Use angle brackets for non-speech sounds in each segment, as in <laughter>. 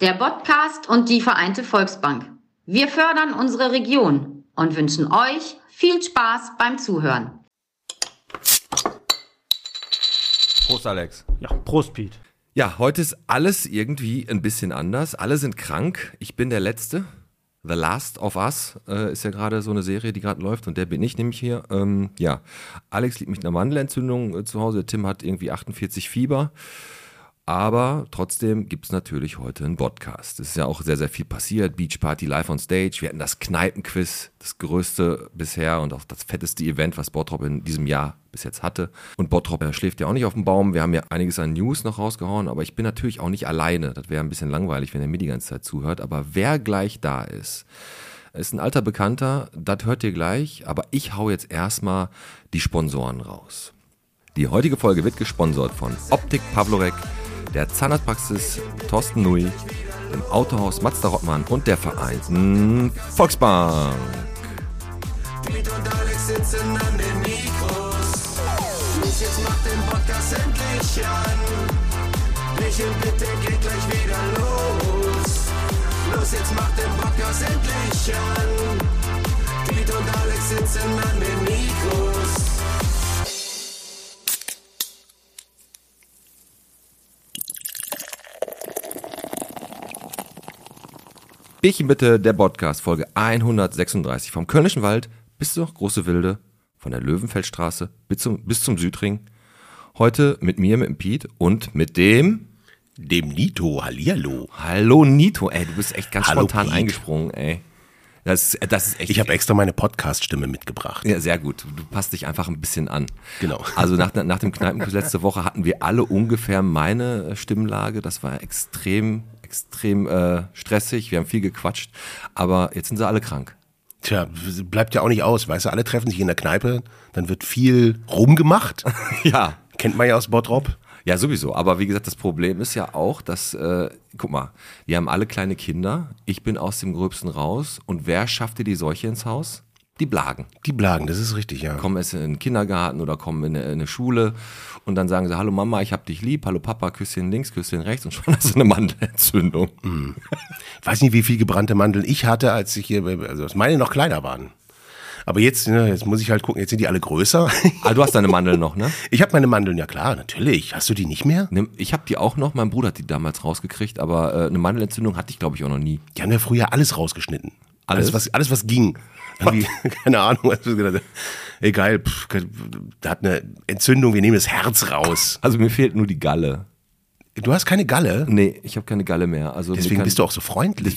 der Podcast und die Vereinte Volksbank. Wir fördern unsere Region und wünschen euch viel Spaß beim Zuhören. Prost, Alex. Ja, Prost, Piet. Ja, heute ist alles irgendwie ein bisschen anders. Alle sind krank. Ich bin der Letzte. The Last of Us äh, ist ja gerade so eine Serie, die gerade läuft und der bin ich nämlich hier. Ähm, ja, Alex liegt mit einer Mandelentzündung äh, zu Hause. Tim hat irgendwie 48 Fieber. Aber trotzdem gibt es natürlich heute einen Podcast. Es ist ja auch sehr, sehr viel passiert. Beach Party live on stage. Wir hatten das Kneipenquiz, das größte bisher und auch das fetteste Event, was Bottrop in diesem Jahr bis jetzt hatte. Und Bottrop äh, schläft ja auch nicht auf dem Baum. Wir haben ja einiges an News noch rausgehauen, aber ich bin natürlich auch nicht alleine. Das wäre ein bisschen langweilig, wenn er mir die ganze Zeit zuhört. Aber wer gleich da ist, ist ein alter Bekannter. Das hört ihr gleich. Aber ich hau jetzt erstmal die Sponsoren raus. Die heutige Folge wird gesponsert von Optik Pavlorek, der Zahnarztpraxis Thorsten Nui, dem Autohaus Mazda Rottmann und der Vereinten Volksbank. Bierchen bitte, der Podcast, Folge 136 vom Kölnischen Wald bis zur Große Wilde, von der Löwenfeldstraße bis zum, bis zum Südring. Heute mit mir, mit dem Piet und mit dem. Dem Nito, hallihallo. Hallo Nito, ey, du bist echt ganz Hallo, spontan Piet. eingesprungen, ey. Das, das ist echt. Ich habe extra meine Podcast-Stimme mitgebracht. Ja, sehr gut. Du passt dich einfach ein bisschen an. Genau. Also nach, nach dem Kneipenquiz letzte Woche hatten wir alle ungefähr meine äh, Stimmlage. Das war extrem, extrem äh, stressig. Wir haben viel gequatscht. Aber jetzt sind sie alle krank. Tja, bleibt ja auch nicht aus, weißt du, alle treffen sich in der Kneipe, dann wird viel rumgemacht. Ja. Kennt man ja aus Bottrop. Ja, sowieso. Aber wie gesagt, das Problem ist ja auch, dass, äh, guck mal, wir haben alle kleine Kinder. Ich bin aus dem Gröbsten raus. Und wer schaffte die Seuche ins Haus? Die Blagen. Die Blagen, das ist richtig, ja. kommen erst in den Kindergarten oder kommen in eine, in eine Schule und dann sagen sie, hallo Mama, ich hab dich lieb, hallo Papa, Küsschen links, Küsschen rechts und schon <laughs> hast du eine Mandelentzündung. Ich weiß nicht, wie viel gebrannte Mandeln ich hatte, als ich hier, also als meine noch kleiner waren. Aber jetzt, ne, jetzt muss ich halt gucken, jetzt sind die alle größer. <laughs> Ah, du hast deine Mandeln noch, ne? Ich habe meine Mandeln, ja klar, natürlich. Hast du die nicht mehr? Ne, Ich hab die auch noch, mein Bruder hat die damals rausgekriegt, aber äh, eine Mandelentzündung hatte ich glaube ich auch noch nie. Die haben ja früher alles rausgeschnitten. Alles? Alles, was, alles, was ging. Irgendwie, <laughs> keine Ahnung. was wir gedacht haben. Egal, pff, da hat eine Entzündung, wir nehmen das Herz raus. Also mir fehlt nur die Galle. Du hast keine Galle, Nee, ich habe keine Galle mehr. Also mir deswegen kann, bist du auch so freundlich.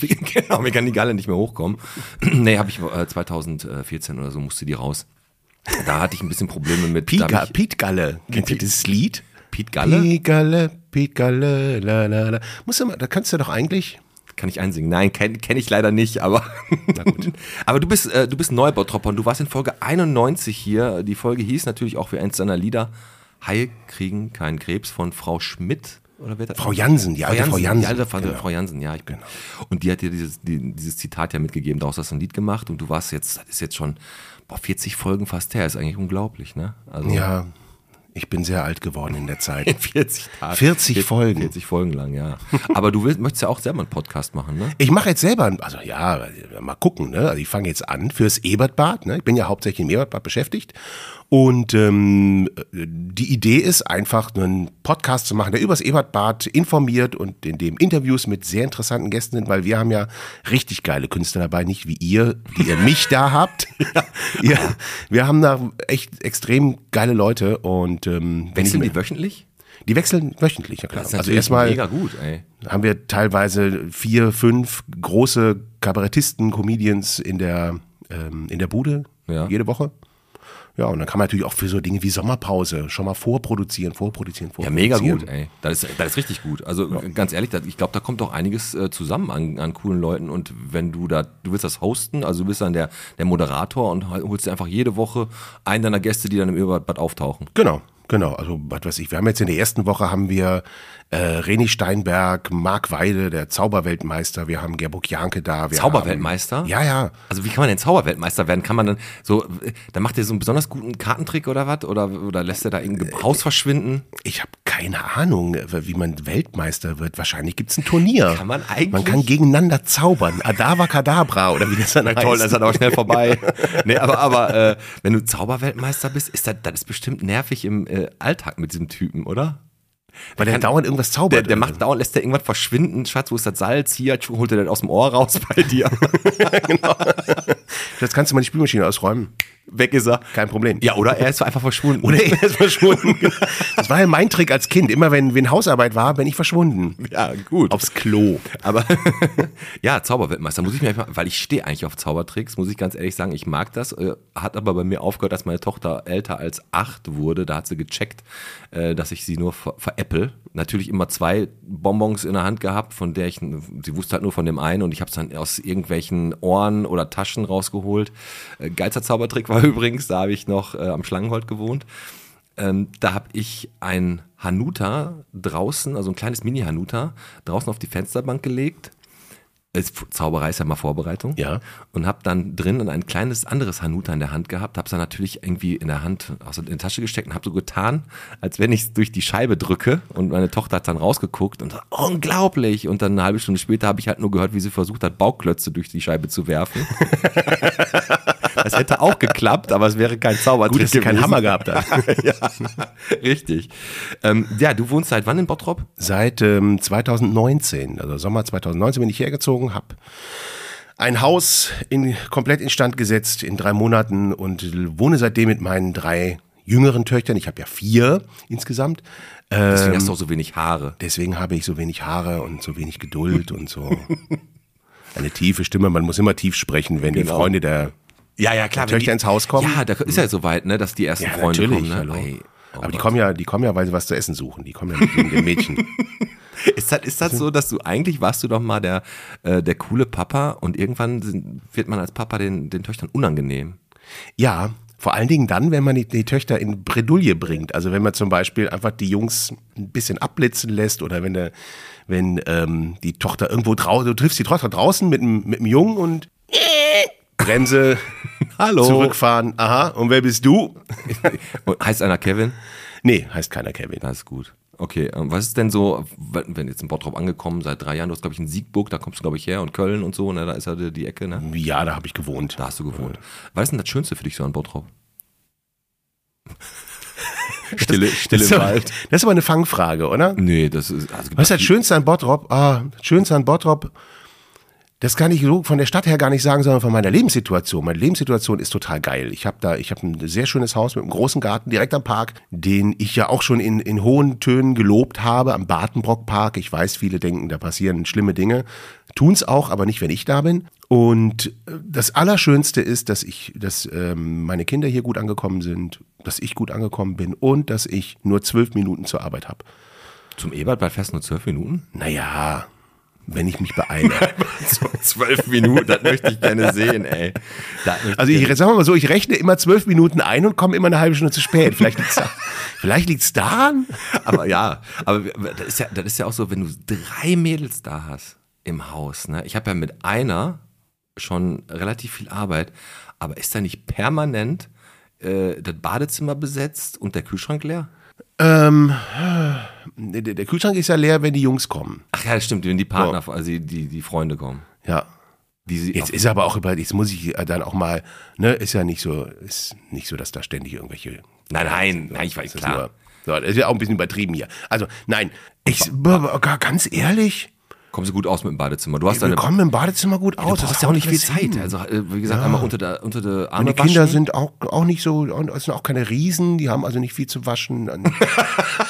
<laughs> Deswegen, genau, mir kann die Galle nicht mehr hochkommen. <clears throat> nee, habe ich äh, 2014 oder so musste die raus. Da hatte ich ein bisschen Probleme mit. da Piga, hab ich, Piet Galle. Kennt ihr dieses Lied? Piet Galle? Piet Galle, Piet Galle, la la la. Musst du mal, da kannst du doch eigentlich. Kann ich einsingen? Nein, kenne kenn ich leider nicht, aber. <laughs> aber du bist, äh, du bist Neubautropper und du warst in Folge 91 hier. Die Folge hieß natürlich auch wie eins deiner Lieder: Haie kriegen keinen Krebs von Frau Schmidt. Oder wer das? Frau Jansen, die alte Frau Jansen. Die alte Frau, Genau. Frau Jansen, ja. Ich bin, Und die hat dir dieses, die, dieses Zitat ja mitgegeben, daraus hast du ein Lied gemacht und du warst jetzt, das ist jetzt schon boah, 40 Folgen fast her, ist eigentlich unglaublich, ne? Also Ja, ich bin sehr alt geworden in der Zeit. 40 Tage. 40 Folgen. 40 Folgen lang, ja. Aber du willst, möchtest ja auch selber einen Podcast machen, ne? Ich mache jetzt selber, einen- also ja, mal gucken, ne? Also ich fange jetzt an fürs Ebertbad, ne? Ich bin ja hauptsächlich im Ebertbad beschäftigt. Und ähm, die Idee ist einfach, einen Podcast zu machen, der übers Ebertbad informiert und in dem Interviews mit sehr interessanten Gästen sind, weil wir haben ja richtig geile Künstler dabei, nicht wie ihr, die ihr mich <laughs> da habt. Ihr, wir haben da echt extrem geile Leute und ähm, wenn ich Wechseln mir- die wöchentlich? die wechseln wöchentlich, ja klar. Das ist Also natürlich erstmal mega gut, ey. haben wir teilweise vier, fünf große Kabarettisten, Comedians in der, ähm, in der Bude Ja. jede Woche. Ja, und dann kann man natürlich auch für so Dinge wie Sommerpause schon mal vorproduzieren, vorproduzieren, Ja, vorproduzieren. mega gut, ey. Das ist, das ist richtig gut. Also ganz ehrlich, das, ich glaube, da kommt doch einiges äh, zusammen an, an coolen Leuten. Und wenn du da, du willst das hosten, also du bist dann der, der Moderator und hol- holst dir einfach jede Woche einen deiner Gäste, die dann im Überbad auftauchen. Genau, genau. Also, was weiß ich. Wir haben jetzt in der ersten Woche haben wir äh, René Steinberg, Marc Weide, der Zauberweltmeister. Wir haben Gerburg Janke da. Wir Zauberweltmeister? Haben, ja, ja. Also wie kann man denn Zauberweltmeister werden? Kann man dann so, äh, dann macht er so einen besonders guten Kartentrick oder was? Oder, oder lässt er da irgendein Haus verschwinden? Ich habe keine Ahnung, wie man Weltmeister wird. Wahrscheinlich gibt es ein Turnier. Kann man eigentlich- Man kann gegeneinander zaubern. Adavakadabra oder wie das dann heißt. Toll, das ist dann auch schnell <laughs> vorbei. nee, aber, aber äh, wenn du Zauberweltmeister bist, ist das, das ist bestimmt nervig im äh, Alltag mit diesem Typen, oder? Weil der dauernd irgendwas zaubert. Der, der oder macht dauernd, lässt der irgendwas verschwinden. Schatz, wo ist das Salz? Hier, tschu, holt er das aus dem Ohr raus bei dir. <laughs> so. Jetzt kannst du mal die Spülmaschine ausräumen. Weg ist er. Kein Problem. Ja, oder er ist einfach verschwunden. Oder er <laughs> ist verschwunden. Das war ja mein Trick als Kind. Immer wenn, wenn Hausarbeit war, bin ich verschwunden. ja, gut. Aufs Klo. Aber <laughs> ja, Zauberweltmeister muss ich mir, einfach- weil ich stehe eigentlich auf Zaubertricks, muss ich ganz ehrlich sagen, ich mag das. Äh, hat aber bei mir aufgehört, dass meine Tochter älter als acht wurde. Da hat sie gecheckt, äh, dass ich sie nur ver veräppel. Natürlich immer zwei Bonbons in der Hand gehabt, von der ich, sie wusste halt nur von dem einen und ich habe es dann aus irgendwelchen Ohren oder Taschen rausgeholt. Äh, geilster Zaubertrick war <laughs> übrigens, da habe ich noch äh, am Schlangenhold gewohnt. Ähm, da habe ich ein Hanuta draußen, also ein kleines Mini-Hanuta, draußen auf die Fensterbank gelegt. Es, Zauberei ist ja mal Vorbereitung. Ja. Und habe dann drinnen ein kleines anderes Hanuta in der Hand gehabt. Habe es dann natürlich irgendwie in der Hand, also in die Tasche gesteckt und habe so getan, als wenn ich es durch die Scheibe drücke. Und meine Tochter hat dann rausgeguckt und sagt, unglaublich. Und dann eine halbe Stunde später habe ich halt nur gehört, wie sie versucht hat, Bauklötze durch die Scheibe zu werfen. <laughs> das hätte auch geklappt, aber es wäre kein Zaubertrick Gut, dass du keinen gewesen. Hammer gehabt hast. <laughs> ja, richtig. Ähm, ja, du wohnst seit wann in Bottrop? Seit ähm, 2019, also Sommer 2019 bin ich hergezogen, habe ein Haus in, komplett instand gesetzt in drei Monaten und wohne seitdem mit meinen drei jüngeren Töchtern. Ich habe ja vier insgesamt. Deswegen hast du auch so wenig Haare. Deswegen habe ich so wenig Haare und so wenig Geduld <laughs> und so eine tiefe Stimme. Man muss immer tief sprechen, wenn die Genau. Freunde der Ja, ja, klar. Wenn Töchter ins Haus kommen? Ja, da ist ja soweit, ne, dass die ersten Ja, Freunde kommen. natürlich, Ne? hallo. Ey, oh aber die Gott. kommen ja, die kommen ja, weil sie was zu essen suchen. Die kommen ja nicht wegen den Mädchen. <laughs> Ist das, ist das so, dass du eigentlich warst du doch mal der, äh, der coole Papa und irgendwann sind, wird man als Papa den, den Töchtern unangenehm? Ja, vor allen Dingen dann, wenn man die, die Töchter in Bredouille bringt. Also wenn man zum Beispiel einfach die Jungs ein bisschen abblitzen lässt oder wenn der, wenn ähm, die Tochter irgendwo draußen, du triffst die Tochter draußen mit dem, mit dem Jungen und Bremse, Hallo. zurückfahren, aha, und wer bist du? Und heißt einer Kevin? Nee, heißt keiner Kevin. Das ist gut. Okay, ähm, was ist denn so, wenn wenn jetzt in Bottrop angekommen, seit drei Jahren, du hast, glaube ich, in Siegburg, da kommst du, glaube ich, her und Köln und so, ne, da ist ja die, die Ecke, ne? Ja, da habe ich gewohnt. Da hast du gewohnt. Was ist denn das Schönste für dich so an Bottrop? <laughs> Stille, Stille das, ist aber, das ist aber eine Fangfrage, oder? Nee, das ist. Also, Was ist das Schönste an Bottrop? Ah, das Schönste an Bottrop, das kann ich so von der Stadt her gar nicht sagen, sondern von meiner Lebenssituation. Meine Lebenssituation ist total geil. Ich habe da, ich habe ein sehr schönes Haus mit einem großen Garten direkt am Park, den ich ja auch schon in, in hohen Tönen gelobt habe, am Bartenbrock-Park. Ich weiß, viele denken, da passieren schlimme Dinge. Tun's auch, aber nicht, wenn ich da bin. Und äh, das Allerschönste ist, dass ich, dass ähm, meine Kinder hier gut angekommen sind, dass ich gut angekommen bin und dass ich nur zwölf Minuten zur Arbeit habe. Zum Ebertbad fährst du nur zwölf <laughs> Minuten? Naja, wenn ich mich beeile. <laughs> Zwölf Minuten, das möchte ich gerne sehen, ey. Also ich sagen wir mal so, ich rechne immer zwölf Minuten ein und komme immer eine halbe Stunde zu spät. Vielleicht liegt's da, <laughs> vielleicht liegt's daran. aber ja, aber das ist ja, das ist ja auch so, wenn du drei Mädels da hast im Haus, ne? Ich habe ja mit einer schon relativ viel Arbeit, aber ist da nicht permanent äh, das Badezimmer besetzt und der Kühlschrank leer? Ähm, Der, der Kühlschrank ist ja leer, wenn die Jungs kommen. Ach ja, stimmt, wenn die Partner, also die, die, die Freunde kommen. Ja. Die sie Jetzt ist aber auch über, jetzt muss ich äh, dann auch mal, ne, ist ja nicht so, ist nicht so, dass da ständig irgendwelche. Nein, nein, nein, ich weiß Das ist klar. nur- So, das ist ja auch ein bisschen übertrieben hier. Also, nein, ich, b- b- ganz ehrlich, Kommst du gut aus mit dem Badezimmer? Du hast wir deine. kommen im Badezimmer gut Du aus. Das brauchst ja auch haut nicht viel alles hin. Zeit. Also, äh, wie gesagt, einmal unter der, unter der Arme Meine Kinder waschen. sind auch, auch nicht so, es sind auch keine Riesen, die haben also nicht viel zu waschen. <laughs>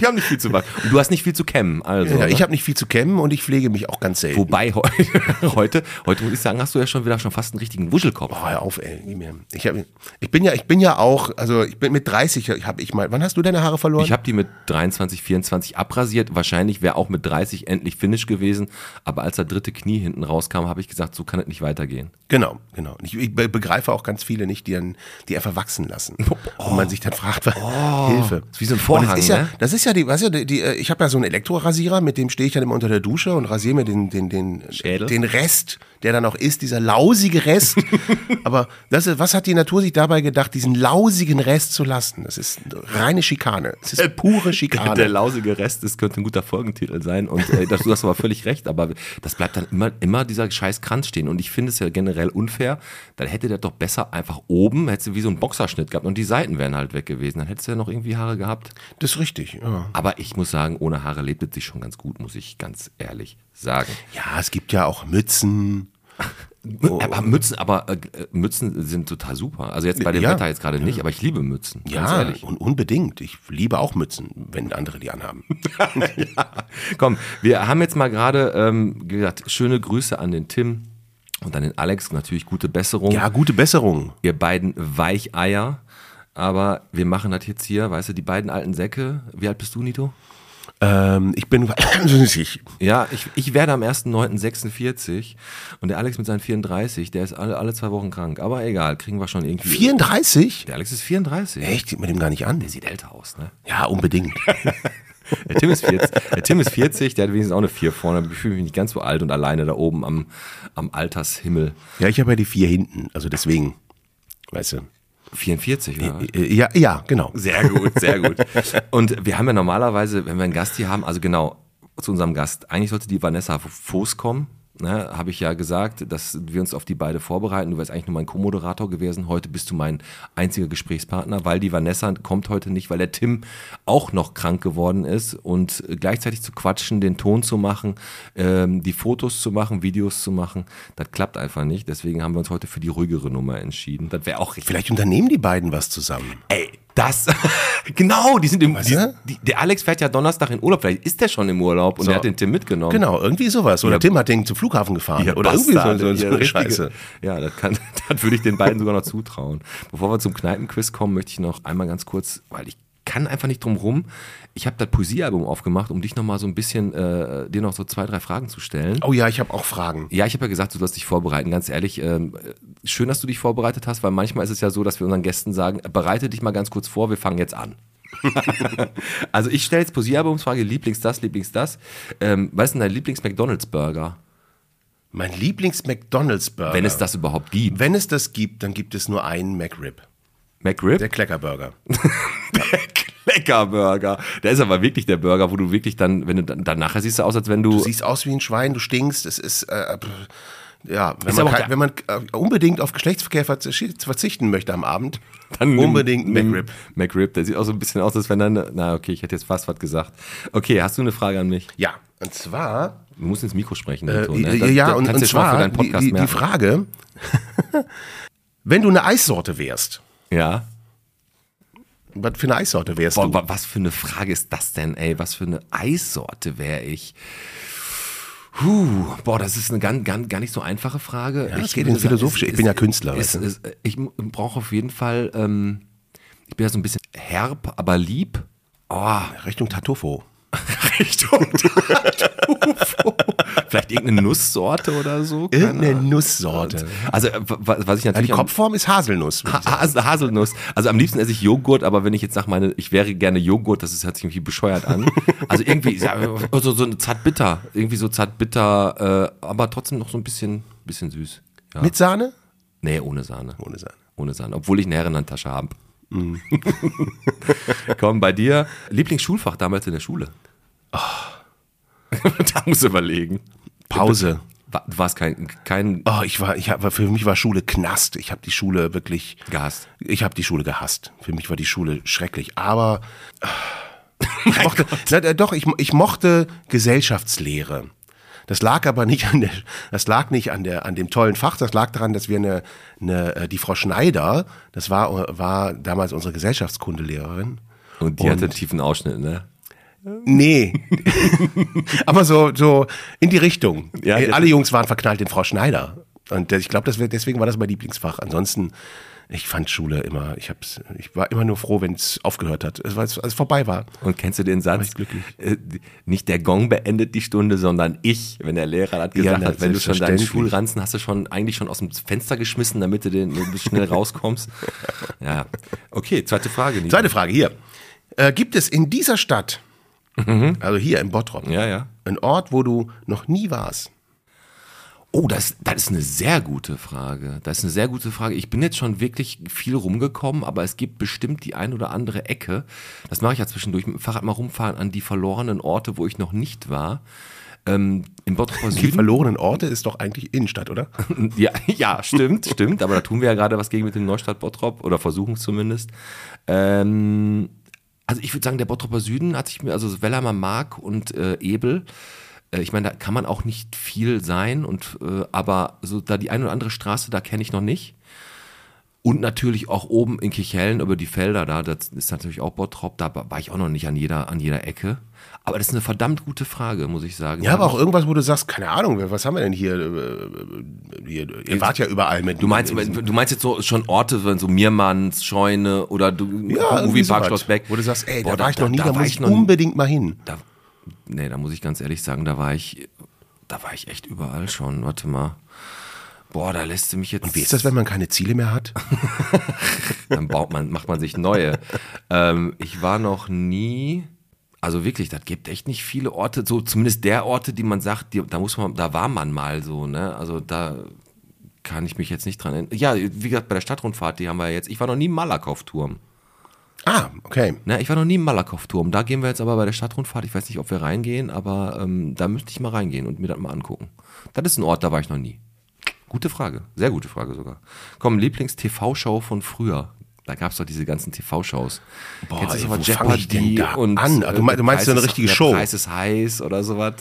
die haben nicht viel zu waschen. Und du hast nicht viel zu kämmen. Also, ja, ne? ich habe nicht viel zu kämmen und ich pflege mich auch ganz selten. Wobei heute, <laughs> heute, heute muss ich sagen, hast du ja schon wieder schon fast einen richtigen Wuschelkopf. Oh, hör auf, ey, gib mir. Ich, hab, ich bin ja, ich bin ja auch, also ich bin mit 30, habe ich mal. Wann hast du deine Haare verloren? Ich habe die mit 23, 24 abrasiert. Wahrscheinlich wäre auch mit 30 endlich Finish gewesen. Aber als der dritte Knie hinten rauskam, habe ich gesagt, so kann es nicht weitergehen. genau, genau. Und Ich, ich be- begreife auch ganz viele nicht, die, dann, die einfach wachsen lassen. Und man sich dann fragt, Hilfe. ist wie so ein Vorhang, und es Oh. ist ja, ne? Das ist ja die, weißt du, die, die, äh, ich habe ja so einen Elektrorasierer, mit dem stehe ich dann immer unter der Dusche und rasiere mir den, den, den, Schädel? den Rest, der dann noch ist, dieser lausige <laughs> Rest. Aber das, ist- was hat die Natur sich dabei gedacht, diesen lausigen Rest zu lassen? Das ist reine Schikane. Das ist <laughs> pure Genau, Der Schikane. lausige Rest, das könnte ein guter Folgentitel sein. Und äh, das, du hast aber völlig recht, aber das bleibt dann immer, immer dieser scheiß Kranz stehen. Und ich finde es ja generell unfair. Dann hätte der doch besser einfach oben, hättest du wie so einen Boxerschnitt gehabt und die Seiten wären halt weg gewesen. Dann hättest du ja noch irgendwie Haare gehabt. Das ist richtig. Ja. Aber ich muss sagen, ohne Haare lebt es sich schon ganz gut, muss ich ganz ehrlich sagen. ja, es gibt ja auch Mützen. Oh. Aber Mützen, aber äh, äh, Mützen sind total super. Also jetzt bei dem Ja. Wetter jetzt gerade nicht, aber ich liebe Mützen. Ganz Ja, ehrlich. und unbedingt. Ich liebe auch Mützen, wenn andere die anhaben. Komm, wir haben jetzt mal gerade ähm, gesagt, schöne Grüße an den Tim und an den Alex. Natürlich gute Besserung. Ja, gute Besserung. Ihr beiden Weicheier. Aber wir machen das jetzt hier, weißt du, die beiden alten Säcke. Wie alt bist du, Nito? Ähm, ich <coughs> bin ich, Ja, ich, ich werde am 1.9.46 und der Alex mit seinen 34, der ist alle, alle zwei Wochen krank. Aber egal, kriegen wir schon irgendwie. 34? Der Alex ist 34. Echt? Sieht man dem gar nicht an. Der sieht älter aus, ne? Ja, unbedingt. Der Tim ist 40, der, Tim ist 40, der hat wenigstens auch eine 4 vorne. Ich fühle mich nicht ganz so alt und alleine da oben am, am Altershimmel. ja, ich habe ja die vier hinten, also deswegen. Weißt du? 44, oder? Äh, Ja, ja, genau. Sehr gut, sehr <laughs> gut. Und wir haben ja normalerweise, wenn wir einen Gast hier haben, also genau, zu unserem Gast, eigentlich sollte die Vanessa Voß kommen. Ne, habe ich ja gesagt, dass wir uns auf die beide vorbereiten. Du wärst eigentlich nur mein Co-Moderator gewesen. Heute bist du mein einziger Gesprächspartner, weil die Vanessa kommt heute nicht, weil der Tim auch noch krank geworden ist. Und gleichzeitig zu quatschen, den Ton zu machen, ähm, die Fotos zu machen, Videos zu machen, das klappt einfach nicht. Deswegen haben wir uns heute für die ruhigere Nummer entschieden. Das wäre auch richtig. Vielleicht unternehmen die beiden was zusammen. Ey, das, <laughs> genau, die sind im, die, du? die, der Alex fährt ja Donnerstag in Urlaub, vielleicht ist der schon im Urlaub und er hat den Tim mitgenommen. Genau, irgendwie sowas. Oder Tim hat den zum Flughafen gefahren. Ja, oder Bastarde, irgendwie so, so, so ihr eine richtige- Scheiße. Ja, das, kann, <laughs> das würde ich den beiden sogar noch zutrauen. Bevor wir zum Kneipenquiz kommen, möchte ich noch einmal ganz kurz, weil ich kann einfach nicht drum rum. Ich habe das Poesiealbum aufgemacht, um dich noch mal so ein bisschen, äh, dir noch so zwei, drei Fragen zu stellen. Oh ja, ich habe auch Fragen. Ja, ich habe ja gesagt, du sollst dich vorbereiten. Ganz ehrlich, ähm, schön, dass du dich vorbereitet hast, weil manchmal ist es ja so, dass wir unseren Gästen sagen, bereite dich mal ganz kurz vor, wir fangen jetzt <laughs> an. also ich stelle jetzt Posierabumsfrage, Lieblings das, Lieblings das. Ähm, was ist denn dein Lieblings-McDonalds-Burger? Mein Lieblings-McDonalds-Burger. Wenn es das überhaupt gibt. Wenn es das gibt, dann gibt es nur einen McRib. Der McRib? <laughs> Kleckerburger. Kleckerburger. Der ist aber wirklich der Burger, wo du wirklich dann, wenn du dann, dann nachher siehst du aus, als wenn du... Du siehst aus wie ein Schwein, du stinkst, es ist. Äh, pff, ja, wenn Ist man, aber auch kein, der- wenn man äh, unbedingt auf Geschlechtsverkehr verzi- verzichten möchte am Abend, <laughs> Dann nimm- unbedingt nimm McRib. McRib, der sieht auch so ein bisschen aus, als wenn dann... Na okay, ich hätte jetzt fast was gesagt. Okay, hast du eine Frage an mich? Ja, und zwar, Du musst ins Mikro sprechen. äh, Nito, ne? ja, Das- das und, kannst und du schon mal für zwar deinen die, Podcast die, die merken. Frage, <laughs> wenn du eine Eissorte wärst, Ja. was für eine Eissorte wärst Boah, du? wa- was für eine Frage ist das denn, ey? Was für eine Eissorte wäre ich? Puh, boah, das ist eine ganz, ganz, gar nicht so einfache Frage. es geht ins Philosophische. Ich bin ja Künstler, Ist, weißt du? ist, ich m- brauche auf jeden Fall, ähm, ich bin ja so ein bisschen herb, aber lieb. Oh, <laughs> Richtung Tartuffo. Richtung Tartufo. Vielleicht irgendeine Nusssorte oder so. keine Irgendeine Ahnung. Nusssorte. Also, äh, wa- wa- was ich Ja, die natürlich am- Kopfform ist Haselnuss. würde ich sagen. Ha- Has Haselnuss. Also am liebsten esse ich Joghurt, aber wenn ich jetzt sage, meine, ich wäre gerne Joghurt, das ist, hört sich irgendwie bescheuert an. Also irgendwie ja, so, so eine zartbitter, irgendwie so zartbitter, äh, aber trotzdem noch so ein bisschen, bisschen süß. Ja. Mit Sahne? nee, ohne Sahne. Ohne Mhm. Sahne. Ohne Sahne, obwohl ich eine Herrenhandtasche habe. <laughs> Komm, bei dir, Lieblingsschulfach damals in der Schule. <laughs> da muss überlegen. Ah. Pause. Wa- Du warst kein, kein Oh, ich war, ich hab, für mich war Schule Knast. Ich habe die Schule wirklich. Gehasst. Ich habe die Schule gehasst. Für mich war die Schule schrecklich. Aber ich mochte, na, äh, doch, ich, ich mochte Gesellschaftslehre. Das lag aber nicht an der, das lag nicht an der, an dem tollen Fach. Das lag daran, dass wir eine, eine äh, die Frau Schneider, das war, äh, war damals unsere Gesellschaftskundelehrerin. Und die hatte einen tiefen Ausschnitt, ne? <laughs> Nee. Aber so, so in die Richtung. Äh, Ja, ja. Alle Jungs waren verknallt in Frau Schneider. Und ich glaube, deswegen war das mein Lieblingsfach. Ansonsten, ich fand Schule immer, ich, hab's, ich war immer nur froh, wenn es aufgehört hat, als als es vorbei war. Und kennst du den Satz? Äh, Nicht der Gong beendet die Stunde, sondern ich, wenn der Lehrer das gesagt na, hat, wenn du schon deinen selbstverständlich. Schulranzen hast du schon eigentlich schon aus dem Fenster geschmissen, <laughs> damit du den du schnell rauskommst. ja. Okay, zweite Frage. Nino. Zweite Frage hier. Äh, gibt es in dieser Stadt, also hier im Bottrop, Mhm. Ja, ja. einen Ort, wo du noch nie warst? Oh, das, das ist eine sehr gute Frage. Das ist eine sehr gute Frage. Ich bin jetzt schon wirklich viel rumgekommen, aber es gibt bestimmt die ein oder andere Ecke. Das mache ich ja zwischendurch mit dem Fahrrad mal rumfahren an die verlorenen Orte, wo ich noch nicht war. Ähm, Im Bottroper <laughs> Die Süden. verlorenen Orte ist doch eigentlich Innenstadt, oder? Ja, <laughs> ja, stimmt, stimmt. Aber da tun wir ja gerade was gegen mit dem Neustadt Bottrop oder versuchen es zumindest. Ähm, also ich würde sagen, der Bottroper Süden hat sich mir, also Wellheimer Mark und äh, Ebel, äh, ich meine, da kann man auch nicht viel sein, und äh, aber so da die eine oder andere Straße, da kenne ich noch nicht. Und natürlich auch oben in Kichellen über die Felder, da das ist natürlich auch Bottrop, da war ich auch noch nicht an jeder, an jeder Ecke. Aber das ist eine verdammt gute Frage, muss ich sagen. Ja, aber auch irgendwas, wo du sagst, keine Ahnung, was haben wir denn hier? äh, hier ihr wart ja überall mit. Du meinst, du meinst jetzt so schon Orte, wenn so Miermanns, Scheune oder du irgendwie Movie Park sowas, Schlossbeck, Wo du sagst, ey, Boah, da war ich noch nie, da, war muss ich noch- unbedingt mal hin. da, nee, da muss ich ganz ehrlich sagen, da war ich, da war ich echt überall schon. Warte mal. Boah, da lässt du mich jetzt. Und wie ist das, wenn man keine Ziele mehr hat? Dann baut man, macht man sich neue. ähm, ich war noch nie, also wirklich, das gibt echt nicht viele Orte, so zumindest der Orte, die man sagt, die, da muss man, da war man mal so, ne? Also da kann ich mich jetzt nicht dran erinnern. Ja, wie gesagt, bei der Stadtrundfahrt, die haben wir jetzt. Ich war noch nie im Malakow-Turm. Ah, okay. Ne, ich war noch nie im Malakow-Turm. Da gehen wir jetzt aber bei der Stadtrundfahrt. Ich weiß nicht, ob wir reingehen, aber ähm, da müsste ich mal reingehen und mir das mal angucken. Das ist ein Ort, da war ich noch nie. Gute Frage. Sehr gute Frage sogar. Komm, Lieblings-TV-Show von früher. Da gab es doch diese ganzen TV-Shows. Boah, ey, wo fang ich denn da an? Ah, du mein- du meinst so eine richtige äh, der Show? Preis ist heiß oder sowas.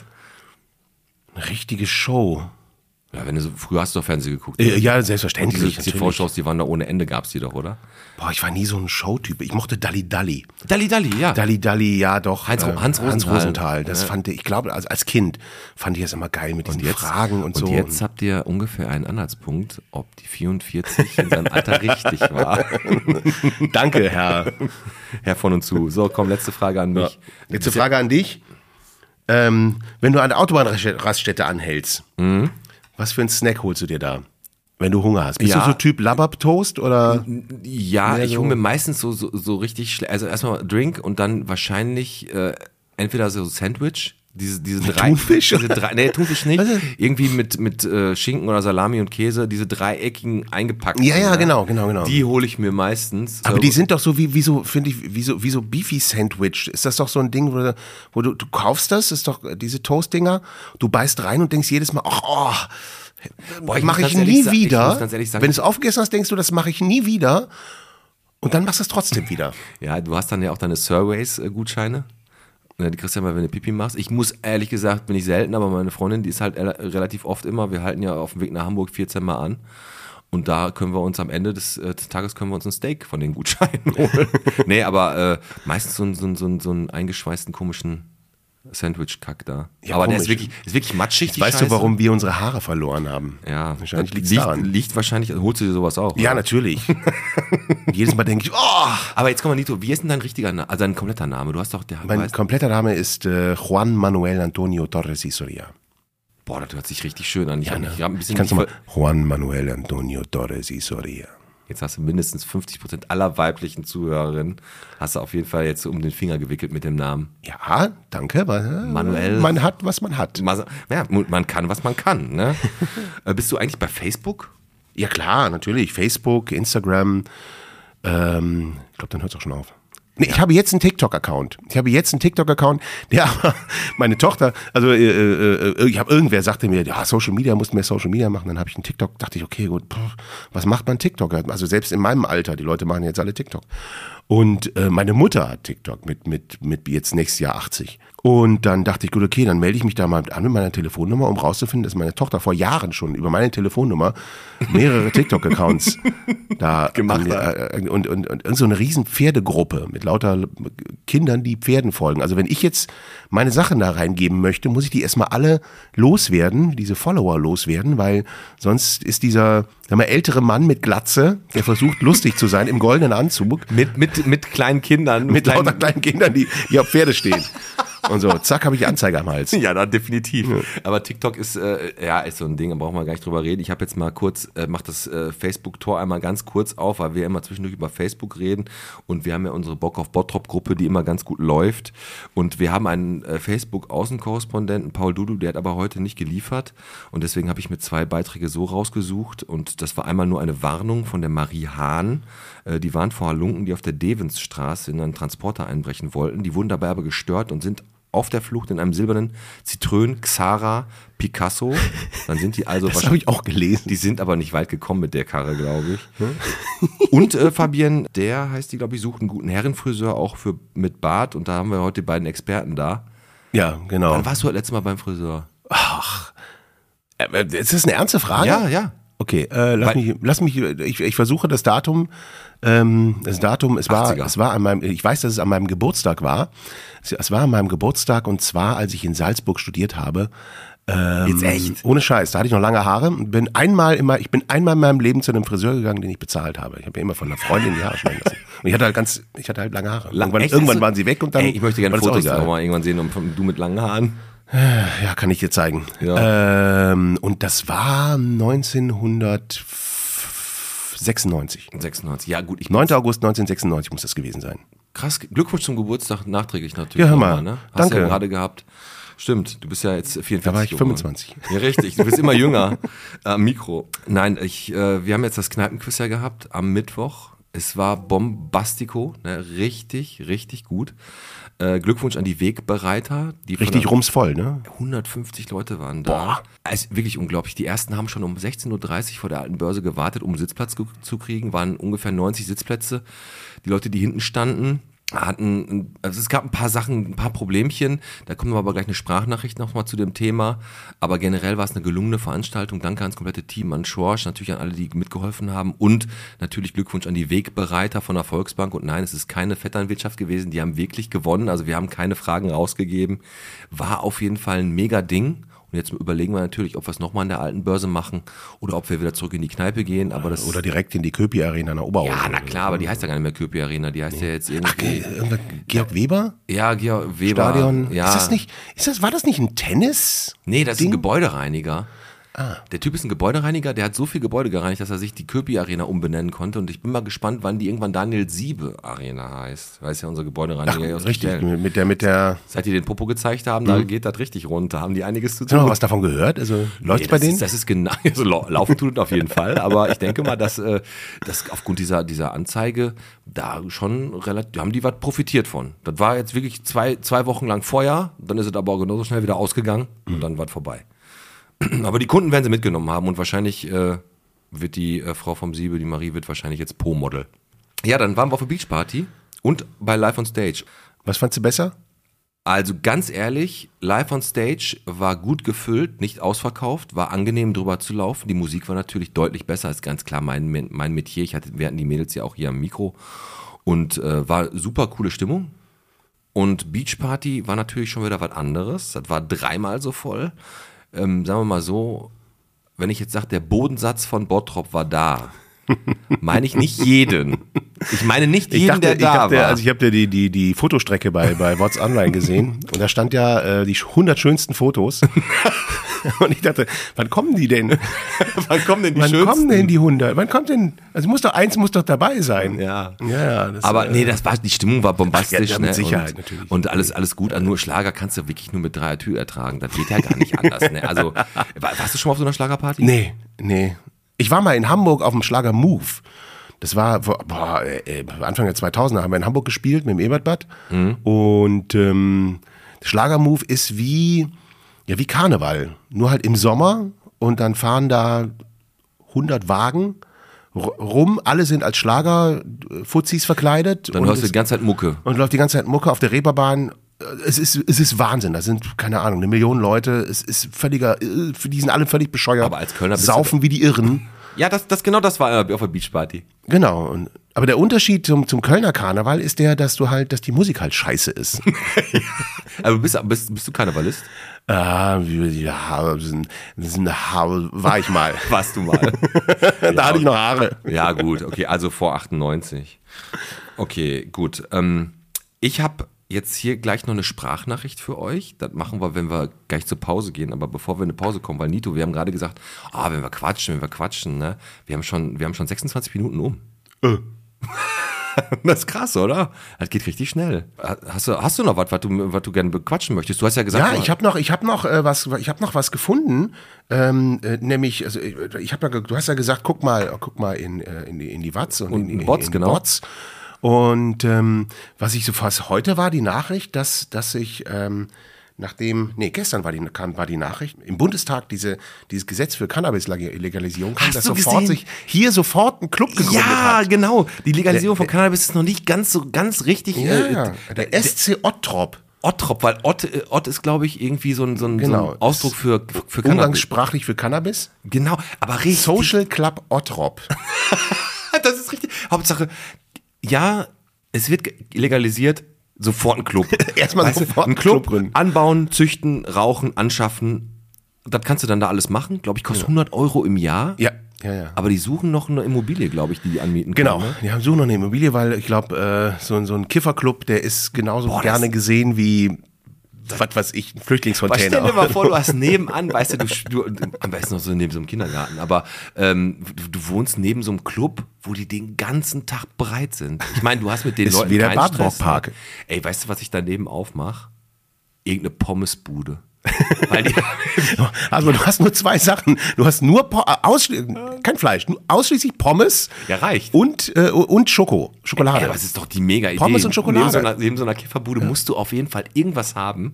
Eine richtige Show. Ja, wenn du so, früher hast du doch Fernsehen geguckt. Äh, ja, Und diese selbstverständlich. natürlich. TV-Shows, die waren da ohne Ende, gab es die doch, oder? Boah, ich war nie so ein Showtyp. Ich mochte Dalli Dalli. Dalli Dalli, ja. Dalli Dalli, ja doch. Äh, Heinz- Hans Rosenthal. Rosenthal. Das fand ich, ich glaube, als, als Kind fand ich das immer geil mit diesen Fragen und, so. jetzt <laughs> habt ihr ungefähr einen Anhaltspunkt, ob die 44 in seinem <laughs> Alter richtig war. <laughs> Danke, Herr. Herr von und zu. So, komm, letzte Frage an mich. Letzte Frage an dich. Ähm, wenn du an der Autobahnraststätte anhältst, Mhm. was für einen Snack holst du dir da? Wenn du Hunger hast. Bist Ja. du so Typ Labab-Toast oder? Ja, ich so- hole mir meistens so, so, so richtig schle- Also erstmal Drink und dann wahrscheinlich äh, entweder so Sandwich. Diese, diese drei, Thunfisch? Diese drei, nee, Thunfisch nicht. Also- Irgendwie mit, mit äh, Schinken oder Salami und Käse, diese dreieckigen eingepackten. Ja, ja, genau, genau, genau. Die hole ich mir meistens. Aber So- die sind doch so wie, wie so, finde ich, wie so, wie so Beefy-Sandwich. Ist das doch so ein Ding, wo, du- wo du, du kaufst das, ist doch äh, diese Toast-Dinger, du beißt rein und denkst jedes Mal, ach, oh, Boah, ich muss mache ich ganz ehrlich nie sa- ich wieder. muss ganz ehrlich sagen- Wenn du es aufgegessen hast, denkst du, das mache ich nie wieder. Und dann machst du es trotzdem wieder. Ja, du hast dann ja auch deine Surveys-Gutscheine. Die kriegst du ja mal, wenn du Pipi machst. Ich muss ehrlich gesagt, bin ich selten, aber meine Freundin, die ist halt rela- relativ oft immer. Wir halten ja auf dem Weg nach Hamburg 14 Mal an. Und da können wir uns am Ende des, äh, des Tages können wir uns ein Steak von den Gutscheinen <laughs> holen. nee, aber äh, meistens so, einen- so, einen- so, einen- so einen eingeschweißten komischen Sandwich-Kack da. Ja, aber der komisch. ist wirklich, ist wirklich matschig. die Weißt Scheiße. du, warum wir unsere Haare verloren haben? Ja, Wahrscheinlich Das liegt's liegt, daran. liegt wahrscheinlich, holst du dir sowas auch. Ja, oder? <laughs> natürlich. jedes Mal denke ich, oh, Aber jetzt komm mal, Nito, wie ist denn dein richtiger Name, also dein kompletter Name? Du hast doch, der mein weißt- kompletter Name ist äh, Juan Manuel Antonio Torres y Soria. Boah, das hört sich richtig schön an. Ich, hab- ich hab ein bisschen ne? Kannst du mal nicht ver- Juan Manuel Antonio Torres y Soria. Jetzt hast du mindestens 50% aller weiblichen Zuhörerinnen. Hast du auf jeden Fall jetzt um den Finger gewickelt mit dem Namen. Ja, danke. Weil, äh, Manuel. Man hat, was man hat. Mas- Ja, man kann, was man kann. <laughs> Ne? Äh, Bist du eigentlich bei Facebook? Ja, klar, natürlich. Facebook, Instagram. Ähm, ich glaube, dann hört es auch schon auf. Nee, ich habe jetzt einen TikTok-Account. Ich habe jetzt einen TikTok-Account, <laughs> der aber meine Tochter, also äh, äh, äh, ich habe irgendwer sagte mir, ja, Social Media, musst mehr Social Media machen. Dann habe ich einen TikTok, dachte ich, okay, gut, pff, was macht man TikTok? Also selbst in meinem Alter, die Leute machen jetzt alle TikTok. Und äh, meine Mutter hat TikTok mit, mit, mit jetzt nächstes Jahr 80. Und dann dachte ich, gut, okay, dann melde ich mich da mal an mit meiner Telefonnummer, um rauszufinden, dass meine Tochter vor Jahren schon über meine Telefonnummer <laughs> mehrere TikTok-Accounts da Gemacht ange- hat. äh, und, und, und, und so eine riesen Pferdegruppe mit lauter Kindern, die Pferden folgen. Also wenn ich jetzt meine Sachen da reingeben möchte, muss ich die erstmal alle loswerden, diese Follower loswerden, weil sonst ist dieser, sag mal, ältere Mann mit Glatze, der versucht lustig zu sein im goldenen Anzug, <laughs> Mit, mit, mit kleinen Kindern. <laughs> mit lauter kleinen Kindern, die, die auf Pferde stehen. Und so, zack, habe ich die Anzeige am <laughs> Hals. Ja, da definitiv. Aber TikTok ist äh, ja ist so ein Ding, da brauchen wir gar nicht drüber reden. Ich habe jetzt mal kurz, äh, mach das äh, Facebook-Tor einmal ganz kurz auf, weil wir immer zwischendurch über Facebook reden und wir haben ja unsere Bock auf Bottrop-Gruppe, die immer ganz gut läuft. Und wir haben einen äh, Facebook-Außenkorrespondenten, Paul Dudu, der hat aber heute nicht geliefert. Und deswegen habe ich mir zwei Beiträge so rausgesucht. Und das war einmal nur eine Warnung von der Marie Hahn. Äh, die waren vor Halunken, die auf der Devensstraße in einen Transporter einbrechen wollten. Die wurden dabei aber gestört und sind auf der Flucht in einem silbernen Zitrön, Xara, Picasso. Dann sind die also <laughs> Das habe ich auch gelesen. die sind aber nicht weit gekommen mit der Karre, glaube ich. Und äh, Fabian, der heißt die, glaube ich, sucht einen guten Herrenfriseur auch für mit Bart. Und da haben wir heute die beiden Experten da. Ja, genau. Wann warst du das letzte Mal beim Friseur? Äh, äh, Ist das eine ernste Frage? Ja, ja. Okay, äh, lass, Weil- mich, lass mich, ich, ich versuche das Datum, ähm, das Datum, es war, 80er. es war an meinem, ich weiß, dass es an meinem Geburtstag war. Es, es war an meinem Geburtstag und zwar, als ich in Salzburg studiert habe. Ähm, Jetzt Ohne Scheiß, da hatte ich noch lange Haare und bin einmal immer, ich bin einmal in meinem Leben zu einem Friseur gegangen, den ich bezahlt habe. Ich habe ja immer von einer Freundin die Haare schneiden lassen. Und ich hatte halt ganz, ich hatte halt lange Haare. Irgendwann, Echt? irgendwann Hast du- waren sie weg und dann. Ey, ich möchte gerne war das auch Fotos egal. noch mal irgendwann sehen, und von- du mit langen Haaren. Ja, kann ich dir zeigen. Ähm, und das war 1996. 96. Ja, gut, ich 9. August 1996 muss das gewesen sein. krass. Glückwunsch zum Geburtstag nachträglich natürlich. Ja, hör mal. nochmal, ne? Hast Danke. du ja gerade gehabt. Stimmt, du bist ja jetzt 44. Da war ich geworden. 25. Ja, richtig. Du bist immer <laughs> jünger am Mikro. Nein, ich, äh, wir haben jetzt das Kneipenquiz ja gehabt am Mittwoch. Es war bombastico, ne? richtig, richtig gut. Äh, Glückwunsch an die Wegbereiter. Die von Richtig der- rumsvoll, ne? 150 Leute waren da. Also wirklich unglaublich. Die ersten haben schon um 16.30 Uhr vor der alten Börse gewartet, um einen Sitzplatz ge- zu kriegen. Waren ungefähr 90 Sitzplätze. Die Leute, die hinten standen, hatten, also es gab ein paar Sachen, ein paar Problemchen. Da kommen wir aber gleich eine Sprachnachricht nochmal zu dem Thema. Aber generell war es eine gelungene Veranstaltung. Danke ans komplette Team, an Schorsch, natürlich an alle, die mitgeholfen haben. Und natürlich Glückwunsch an die Wegbereiter von der Volksbank. Und nein, es ist keine Vetternwirtschaft gewesen. Die haben wirklich gewonnen. Also wir haben keine Fragen rausgegeben. War auf jeden Fall ein mega Ding. Und jetzt überlegen wir natürlich, ob wir es nochmal an der alten Börse machen oder ob wir wieder zurück in die Kneipe gehen. Aber das Oder direkt in die Köpi-Arena in der Oberhausen. ja, na klar, aber die heißt ja gar nicht mehr Köpi Arena, die heißt ja jetzt irgendwie. Irgendwas- äh, Georg Weber ja, Georg Weber. Stadion. Ja. Ist das nicht, ist das, war das nicht ein Tennis? Nee, das ist Ding? Ah. ein Gebäudereiniger. Der Typ ist ein Gebäudereiniger, der hat so viel Gebäude gereinigt, dass er sich die Köpi Arena umbenennen konnte. Und ich bin mal gespannt, wann die irgendwann Daniel Siebe Arena heißt. Weiß ja unser Gebäudereiniger hier aus Richtig, Köln. mit der, mit der, Seit die den Popo gezeigt Mhm. haben, da geht das richtig runter. Haben die einiges zu hast du noch tun. was davon gehört? Also, läuft Nee, bei das denen? Ist, das ist genau, <laughs> also lau- laufen tut es auf jeden Fall, aber ich denke mal, dass, äh, dass aufgrund dieser, dieser Anzeige da schon relativ, haben die was profitiert von. Das war jetzt wirklich zwei, zwei Wochen lang Feuer, dann ist es aber auch genauso schnell wieder ausgegangen Mhm. und dann war es vorbei. <clears throat> Aber die Kunden werden sie mitgenommen haben und wahrscheinlich äh, wird die äh, Frau vom Siebel, die Marie, wird wahrscheinlich jetzt Po-Model. Ja, dann waren wir auf der Beachparty und bei Live on Stage. was fandst du besser? Also ganz ehrlich, live on stage war gut gefüllt, nicht ausverkauft, war angenehm drüber zu laufen. Die Musik war natürlich deutlich besser, ist ganz klar mein, mein Metier. Ich hatte, wir hatten die Mädels ja auch hier am Mikro und äh, war super coole Stimmung. Und Beachparty war natürlich schon wieder was anderes. Das war dreimal so voll. Ähm, sagen wir mal so, wenn ich jetzt sage, der Bodensatz von Bottrop war da, <laughs> meine ich nicht jeden. Ich meine nicht jeden, der ich da dachte, war. Also ich habe dir die, die, die Fotostrecke bei, bei What's Online gesehen und da stand ja äh, die 100 <laughs> schönsten Fotos. und ich dachte, wann kommen die denn? wann kommen denn wann kommen denn die 100? Wann kommt denn? Also muss doch eins muss doch dabei sein. Ja. Ja, das, Aber äh, nee, das war, die Stimmung war bombastisch. Ja, ja, mit ne? Sicherheit, und, natürlich. Und alles, alles gut. Nur Schlager kannst du wirklich nur mit dreier Tür ertragen. Das geht ja gar nicht anders. Ne? Also, wa- warst du schon mal auf so einer Schlagerparty? Nee, nee. Ich war mal in Hamburg auf dem Schlager Move. Das war vor- boah, äh, äh, Anfang der 2000er haben wir in Hamburg gespielt mit dem Ebertbad. Mhm. Und ähm, Schlager Move ist wie, ja, wie Karneval. Nur halt im Sommer und dann fahren da 100 Wagen ru- rum. Alle sind als Schlager-Fuzis verkleidet. Dann und hörst du es- die ganze Zeit Mucke. und läuft die ganze Zeit Mucke auf der Reeperbahn. Es ist, es ist Wahnsinn. Da sind, keine Ahnung, eine Million Leute. Es ist völliger, äh, die sind alle völlig bescheuert. Aber als Kölner bist du- Saufen wie die Irren. Ja, das, das genau das war auf der Beachparty. Genau. Und, aber der Unterschied zum, zum Kölner Karneval ist der, dass du halt, dass die Musik halt scheiße ist. <laughs> Aber Also, bist, bist, bist du Karnevalist? ah, wie- ja, das sind- das sind Haare, war <laughs> ich mal. Warst du mal. da hatte ich noch Haare. Ja, gut, okay, also vor 98. Okay, gut. Ähm, ich habe jetzt hier gleich noch eine Sprachnachricht für euch. Das machen wir, wenn wir gleich zur Pause gehen. Aber bevor wir in eine Pause kommen, weil Nito, wir haben gerade gesagt, ah, wenn wir quatschen, wenn wir quatschen, ne? Wir haben schon, wir haben schon 26 Minuten um. Äh. <laughs> Das ist krass, oder? Das geht richtig schnell. Hast du, hast du noch was, was du, was du gerne bequatschen möchtest? Du hast ja gesagt, Ja, ich habe noch, ich habe noch äh, was, ich habe noch was gefunden. Ähm, äh, nämlich, also ich, ich habe ja, ge- du hast ja gesagt, guck mal, guck mal in äh, in die in die Watz und, Und in, die- in Bots, in genau. Bots. Und ähm, was ich so fast heute war die Nachricht, dass dass ich ähm, Nachdem, nee, gestern war die, kam, war die Nachricht, im Bundestag diese, dieses Gesetz für Cannabis-Legalisierung kam, Hast dass du sofort gesehen? sich hier sofort ein Club gegründet ja, hat. genau. Die Legalisierung von Cannabis ist noch nicht ganz so ganz richtig. äh, Ja, der SC Ottrop. Ottrop, weil Ott, äh, Ott ist, glaube ich, irgendwie so ein, so ein, so Genau. ein Ausdruck für, für Cannabis. Umgangssprachlich für Cannabis. Genau, aber richtig. Social Club Ottrop. <laughs> Das ist richtig. Hauptsache, ja, es wird ge- legalisiert, sofort ein Club. <laughs> Erstmal Weißt du, sofort ein einen Club Club, gründen. anbauen, züchten, rauchen, anschaffen. Das kannst du dann da alles machen. Glaube ich, kostet 100 Euro im Jahr. Genau. Ja, ja, ja. Aber die suchen noch eine Immobilie, glaube ich, die die anmieten Genau, Können, ne? die haben so noch eine Immobilie, weil ich glaube, äh, so, ein- so ein Kifferclub, der ist genauso Boah, gerne das- gesehen wie, was weiß ich, ein Aber Flüchtlingscontainer. stell dir mal vor, du hast nebenan, weißt du, du, du am besten noch so neben so einem Kindergarten, aber ähm, du, du wohnst neben so einem Club, wo die den ganzen Tag bereit sind. Ich meine, du hast mit den Ist Leuten wie der keinen Stress, Bartbockpark. ne? Ey, weißt du, was ich daneben aufmache? Irgendeine Pommesbude. Weil <laughs> die, <laughs> Also du hast nur zwei Sachen. Du hast nur Po- äh, ausschli- kein Fleisch, nur ausschließlich Pommes Ja, reicht. und, äh, und Schoko, Schokolade. Ey, aber es ist doch die mega Idee. Pommes und Schokolade. Neben so einer, neben so einer Kifferbude musst du auf jeden Fall irgendwas haben,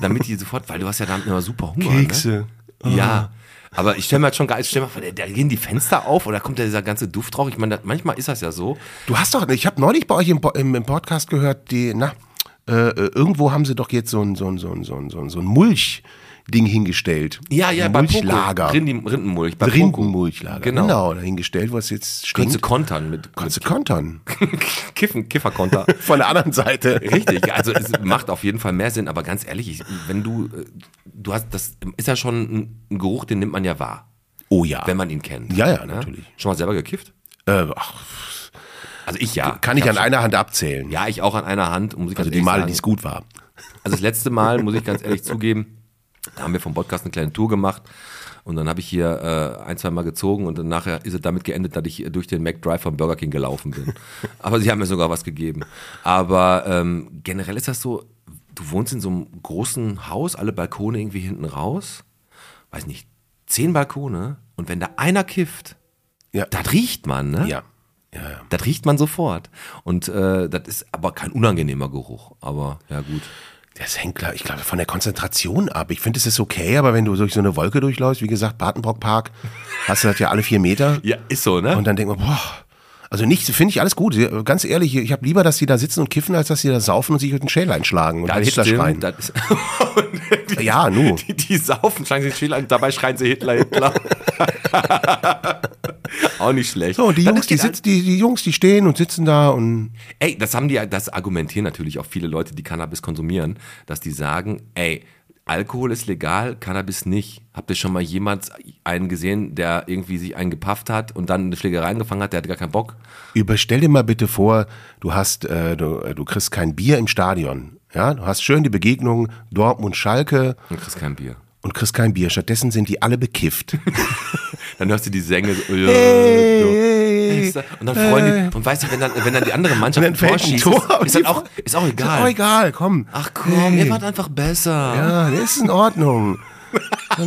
damit die sofort, weil du hast ja damit immer super Hunger. Kekse. Ah. Ne? Ja. Aber ich stelle mir halt schon geil, ich stell mir vor, da- da gehen die Fenster auf oder kommt da dieser ganze Duft drauf. Ich meine, das- manchmal ist das ja so. Du hast doch, ich habe neulich bei euch im, Po- im, im Podcast gehört, die, na, äh, äh, irgendwo haben sie doch jetzt so ein, so ein, so ein, so ein, so ein, so ein Mulch-Ding hingestellt. Ja, ja, ein bei Mulchlager. Poco. Rinden- Rindenmulch. Bei Poco. Rindenmulchlager. Genau. dahingestellt, was jetzt Kannst du stinkt. kontern mit, <laughs> mit Kannst du kontern. Kiffen, Kifferkonter. Von der anderen Seite. Richtig, also es macht auf jeden Fall mehr Sinn, aber ganz ehrlich, ich, wenn du, äh, du hast, das ist ja schon ein, ein Geruch, den nimmt man ja wahr, Oh ja. wenn man ihn kennt. ne? Ja, ja, natürlich. Schon mal selber gekifft? äh, ach, Also ich ja. kann ich hab an einer Hand abzählen. Ja, ich auch an einer Hand. Muss ich ganz Also die ehrlich Male, sagen. die es gut war. Also das letzte Mal, muss ich ganz ehrlich zugeben, da haben wir vom Podcast eine kleine Tour gemacht. Und dann habe ich hier äh, ein, zwei Mal gezogen und dann nachher ist es damit geendet, dass ich äh, durch den McDrive von Burger King gelaufen <laughs> bin. Aber sie haben mir sogar was gegeben. Aber ähm, generell ist das so, du wohnst in so einem großen Haus, alle Balkone irgendwie hinten raus, weiß nicht, zehn Balkone und wenn da einer kifft, Ja. das riecht man, ne? Ja. ja, ja. Das riecht man sofort. Und äh, das ist aber kein unangenehmer Geruch. Aber ja gut. Das hängt, glaub, ich glaube, von der Konzentration ab. Ich finde, es ist okay, aber wenn du durch so eine Wolke durchläufst, wie gesagt, Bartenbrock Park, <laughs> hast du das ja alle vier Meter. Ja, ist so, ne? Und dann denkt man, boah, also nicht, finde ich alles gut. Ganz ehrlich, ich habe lieber, dass die da sitzen und kiffen, als dass die da saufen und sich mit den Schälein schlagen und Das halt Hitler stimmt, schreien. Das ist, <laughs> Und die, <laughs> Ja, nu. Die, die saufen, schlagen sich Schädel ein, dabei schreien sie Hitler, <laughs> Hitler. Auch nicht schlecht. So, die Das Jungs, die, geht sitzen, die, die Jungs, die stehen und sitzen da und Ey, das haben die, das argumentieren natürlich auch viele Leute, die Cannabis konsumieren, dass die sagen, ey, Alkohol ist legal, Cannabis nicht. Habt ihr schon mal jemals einen gesehen, der irgendwie sich einen gepafft hat und dann eine Schlägerei angefangen hat, der hatte gar keinen Bock? überstell dir mal bitte vor, du hast, äh, du, äh, du kriegst kein Bier im Stadion. Ja, du hast schön die Begegnung Dortmund-Schalke Dann kriegst kein Bier. und kriegst kein Bier. Stattdessen sind die alle bekifft. Dann hörst du die Sänge so, <laughs> ja, so. und dann freuen die, und weißt du, wenn dann, wenn dann die andere Mannschaft ein Tor schießt, ist, dann auch, ist auch egal. Ist auch egal, komm. Ach komm, Hey. ihr wart einfach besser. Ja, das ist in Ordnung. Sag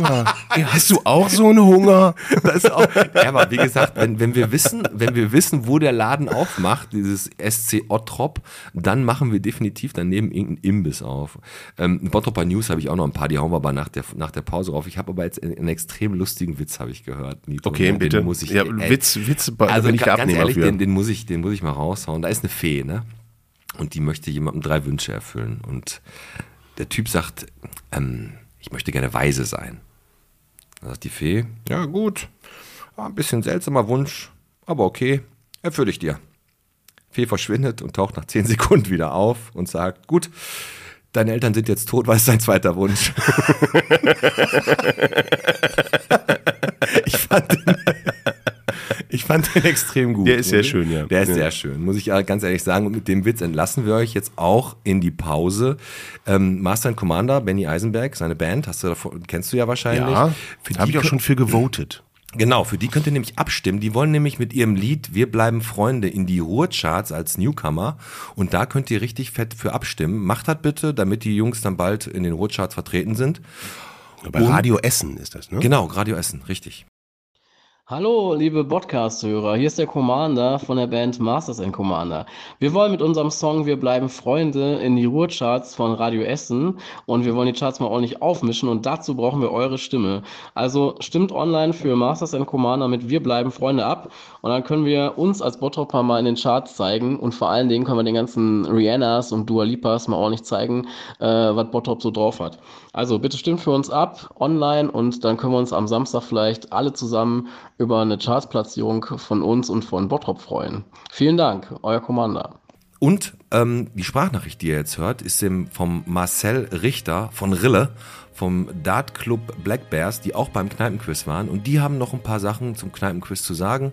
<laughs> mal, ey, hast du auch so einen Hunger? Das ist auch, ja, aber wie gesagt, wenn, wenn, wir wissen, wenn wir wissen, wo der Laden aufmacht, dieses SC Ottrop, dann machen wir definitiv daneben irgendeinen Imbiss auf. Ähm, Bottropper News habe ich auch noch ein paar, die hauen wir aber nach der, nach der Pause rauf. Ich habe aber jetzt einen, einen extrem lustigen Witz, habe ich gehört. Nito. Okay, den bitte. Muss ich, Ja, ey, Witz- Witz bin also ich der ga- ganz Abnehmer ehrlich, für. den, den, muss ich, den muss ich mal raushauen. Da ist eine Fee, ne? Und die möchte jemandem drei Wünsche erfüllen. Und der Typ sagt, ähm, ich möchte gerne weise sein. Da sagt die Fee, ja gut, war ein bisschen seltsamer Wunsch, aber okay, erfülle ich dir. Fee verschwindet und taucht nach 10 <laughs> Sekunden wieder auf und sagt, gut, deine Eltern sind jetzt tot, was ist dein zweiter <laughs> Wunsch? ich fand den, Ich fand den extrem gut. Der ist sehr schön, ja. Der ist Ja. sehr schön, muss ich ja ganz ehrlich sagen. Und mit dem Witz entlassen wir euch jetzt auch in die Pause. Ähm, Master and Commander, Benny Eisenberg, seine Band, hast du davon, kennst du ja wahrscheinlich. Ja, Für habe die ich auch kö- schon für gewotet. Genau, für die könnt ihr nämlich abstimmen. Die wollen nämlich mit ihrem Lied Wir bleiben Freunde in die Ruhrcharts als Newcomer. Und da könnt ihr richtig fett für abstimmen. Macht das bitte, damit die Jungs dann bald in den Ruhrcharts vertreten sind. Bei Radio Essen ist das, ne? Genau, Radio Essen, richtig. Hallo, liebe Podcast-Hörer, hier ist der Commander von der Band Masters and Commander. Wir wollen mit unserem Song Wir bleiben Freunde in die Ruhrcharts von Radio Essen und wir wollen die Charts mal ordentlich aufmischen und dazu brauchen wir eure Stimme. Also stimmt online für Masters and Commander mit Wir bleiben Freunde ab und dann können wir uns als Bottropper mal in den Charts zeigen und vor allen Dingen können wir den ganzen Rihannas und Dua Lipas mal ordentlich zeigen, äh, was Bottrop so drauf hat. Also bitte stimmt für uns ab online und dann können wir uns am Samstag vielleicht alle zusammen über eine Chartsplatzierung von uns und von Bottrop freuen. Vielen Dank, euer Commander. Und ähm, die Sprachnachricht, die ihr jetzt hört, ist dem, vom Marcel Richter von Rille vom Dart Club Black Bears, die auch beim Kneipenquiz waren. Und die haben noch ein paar Sachen zum Kneipenquiz zu sagen.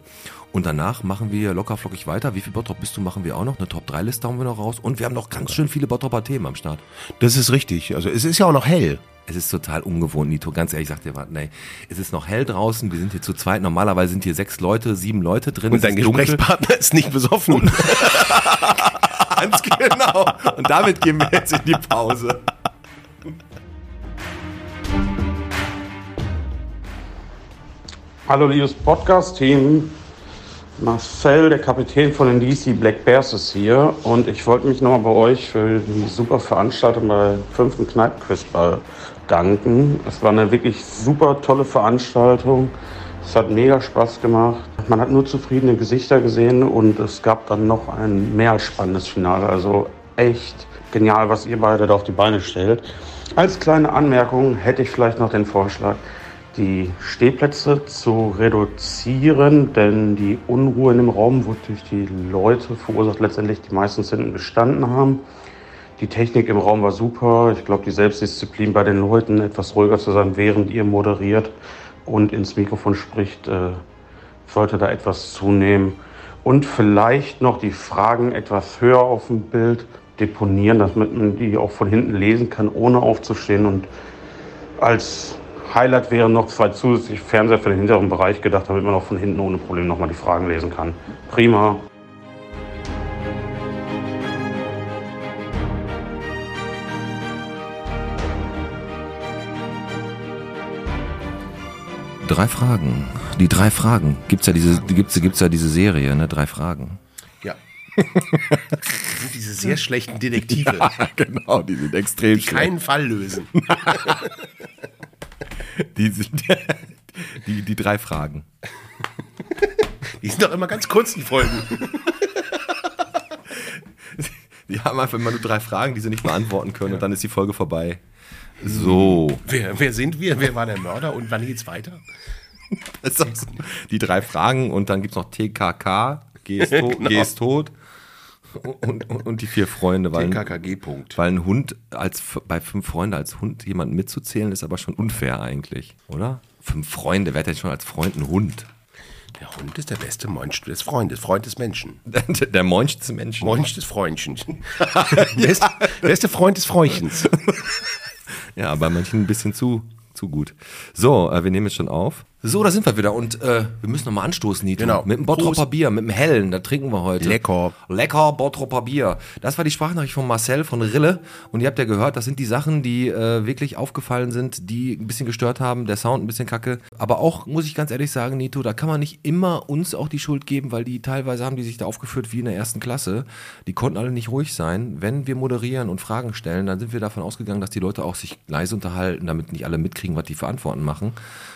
Und danach machen wir lockerflockig weiter. Wie viel Bottrop bist du, machen wir auch noch. Eine Top-3-Liste haben wir noch raus. Und wir haben noch ganz schön viele Bottroper Themen am Start. Das ist richtig. Also es ist ja auch noch hell. Es ist total ungewohnt, Nito. Ganz ehrlich, sagt ihr was? Nee, es ist noch hell draußen. Wir sind hier zu zweit. Normalerweise sind hier sechs Leute, sieben Leute drin. Es Und dein ist dunkel. Gesprächspartner ist nicht <laughs> besoffen. Ganz genau. <laughs> Und damit gehen wir jetzt in die Pause. Hallo liebes Podcast-Team. Marcel, der Kapitän von den DC Black Bears, ist hier und ich wollte mich nochmal bei euch für die super Veranstaltung bei fünften Kneipenquiz bedanken. Es war eine wirklich super tolle Veranstaltung. Es hat mega Spaß gemacht. Man hat nur zufriedene Gesichter gesehen und es gab dann noch ein mehr als spannendes Finale. Also echt genial, was ihr beide da auf die Beine stellt. Als kleine Anmerkung hätte ich vielleicht noch den Vorschlag, die Stehplätze zu reduzieren, denn die Unruhe in dem Raum wurde durch die Leute verursacht, letztendlich die meistens hinten bestanden haben. Die Technik im Raum war super. Ich glaube, die Selbstdisziplin bei den Leuten, etwas ruhiger zu sein, während ihr moderiert und ins Mikrofon spricht, äh, sollte da etwas zunehmen. Und vielleicht noch die Fragen etwas höher auf dem Bild deponieren, damit man die auch von hinten lesen kann, ohne aufzustehen und als Highlight wären noch zwei zusätzliche Fernseher für den hinteren Bereich gedacht, damit man auch von hinten ohne Probleme nochmal die Fragen lesen kann. Prima. Drei Fragen. Die drei Fragen. Gibt's ja diese, gibt's, gibt's ja diese Serie, ne? Drei Fragen. Ja. Das sind diese sehr schlechten Detektive, <laughs> genau, die sind extrem die keinen Fall lösen. Die, sind, <laughs> die, die drei Fragen. Die sind doch immer ganz kurzen Folgen. Die haben einfach immer nur drei Fragen, die sie nicht beantworten können und dann ist die Folge vorbei. So. Wer, wer sind wir? Wer war der Mörder und wann geht's weiter? <laughs> Das ist auch so. Die drei Fragen und dann gibt's noch TKK, Geh ist, to Geh ist tot. Und, und, und die vier Freunde, weil, ein- TKKG-Punkt. weil ein Hund als f- bei fünf Freunde als Hund jemanden mitzuzählen, ist aber schon unfair eigentlich, oder? Fünf Freunde, wer hat denn schon als Freund einen Hund? Der Hund ist der beste Monsch des Freundes, Freund des Menschen. Der, <laughs> der Monch des Menschen. Monsch des Freundchen. <laughs> Best, beste Freund des Freundchens. Ja, bei manchen ein bisschen zu, zu gut. So, äh, wir nehmen jetzt schon auf. So, da sind wir wieder und äh, wir müssen nochmal anstoßen, Nito. Genau. Mit dem Bottropper Prost. Bier, mit dem Hellen, da trinken wir heute. Lecker. Lecker Bottropper Bier. Das war die Sprachnachricht von Marcel von Rille und ihr habt ja gehört, das sind die Sachen, die äh, wirklich aufgefallen sind, die ein bisschen gestört haben, der Sound ein bisschen kacke. Aber auch, muss ich ganz ehrlich sagen, Nito, da kann man nicht immer uns auch die Schuld geben, weil die teilweise haben die sich da aufgeführt wie in der ersten Klasse. Die konnten alle nicht ruhig sein. Wenn wir moderieren und Fragen stellen, dann sind wir davon ausgegangen, dass die Leute auch sich leise unterhalten, damit nicht alle mitkriegen, was die für Antworten machen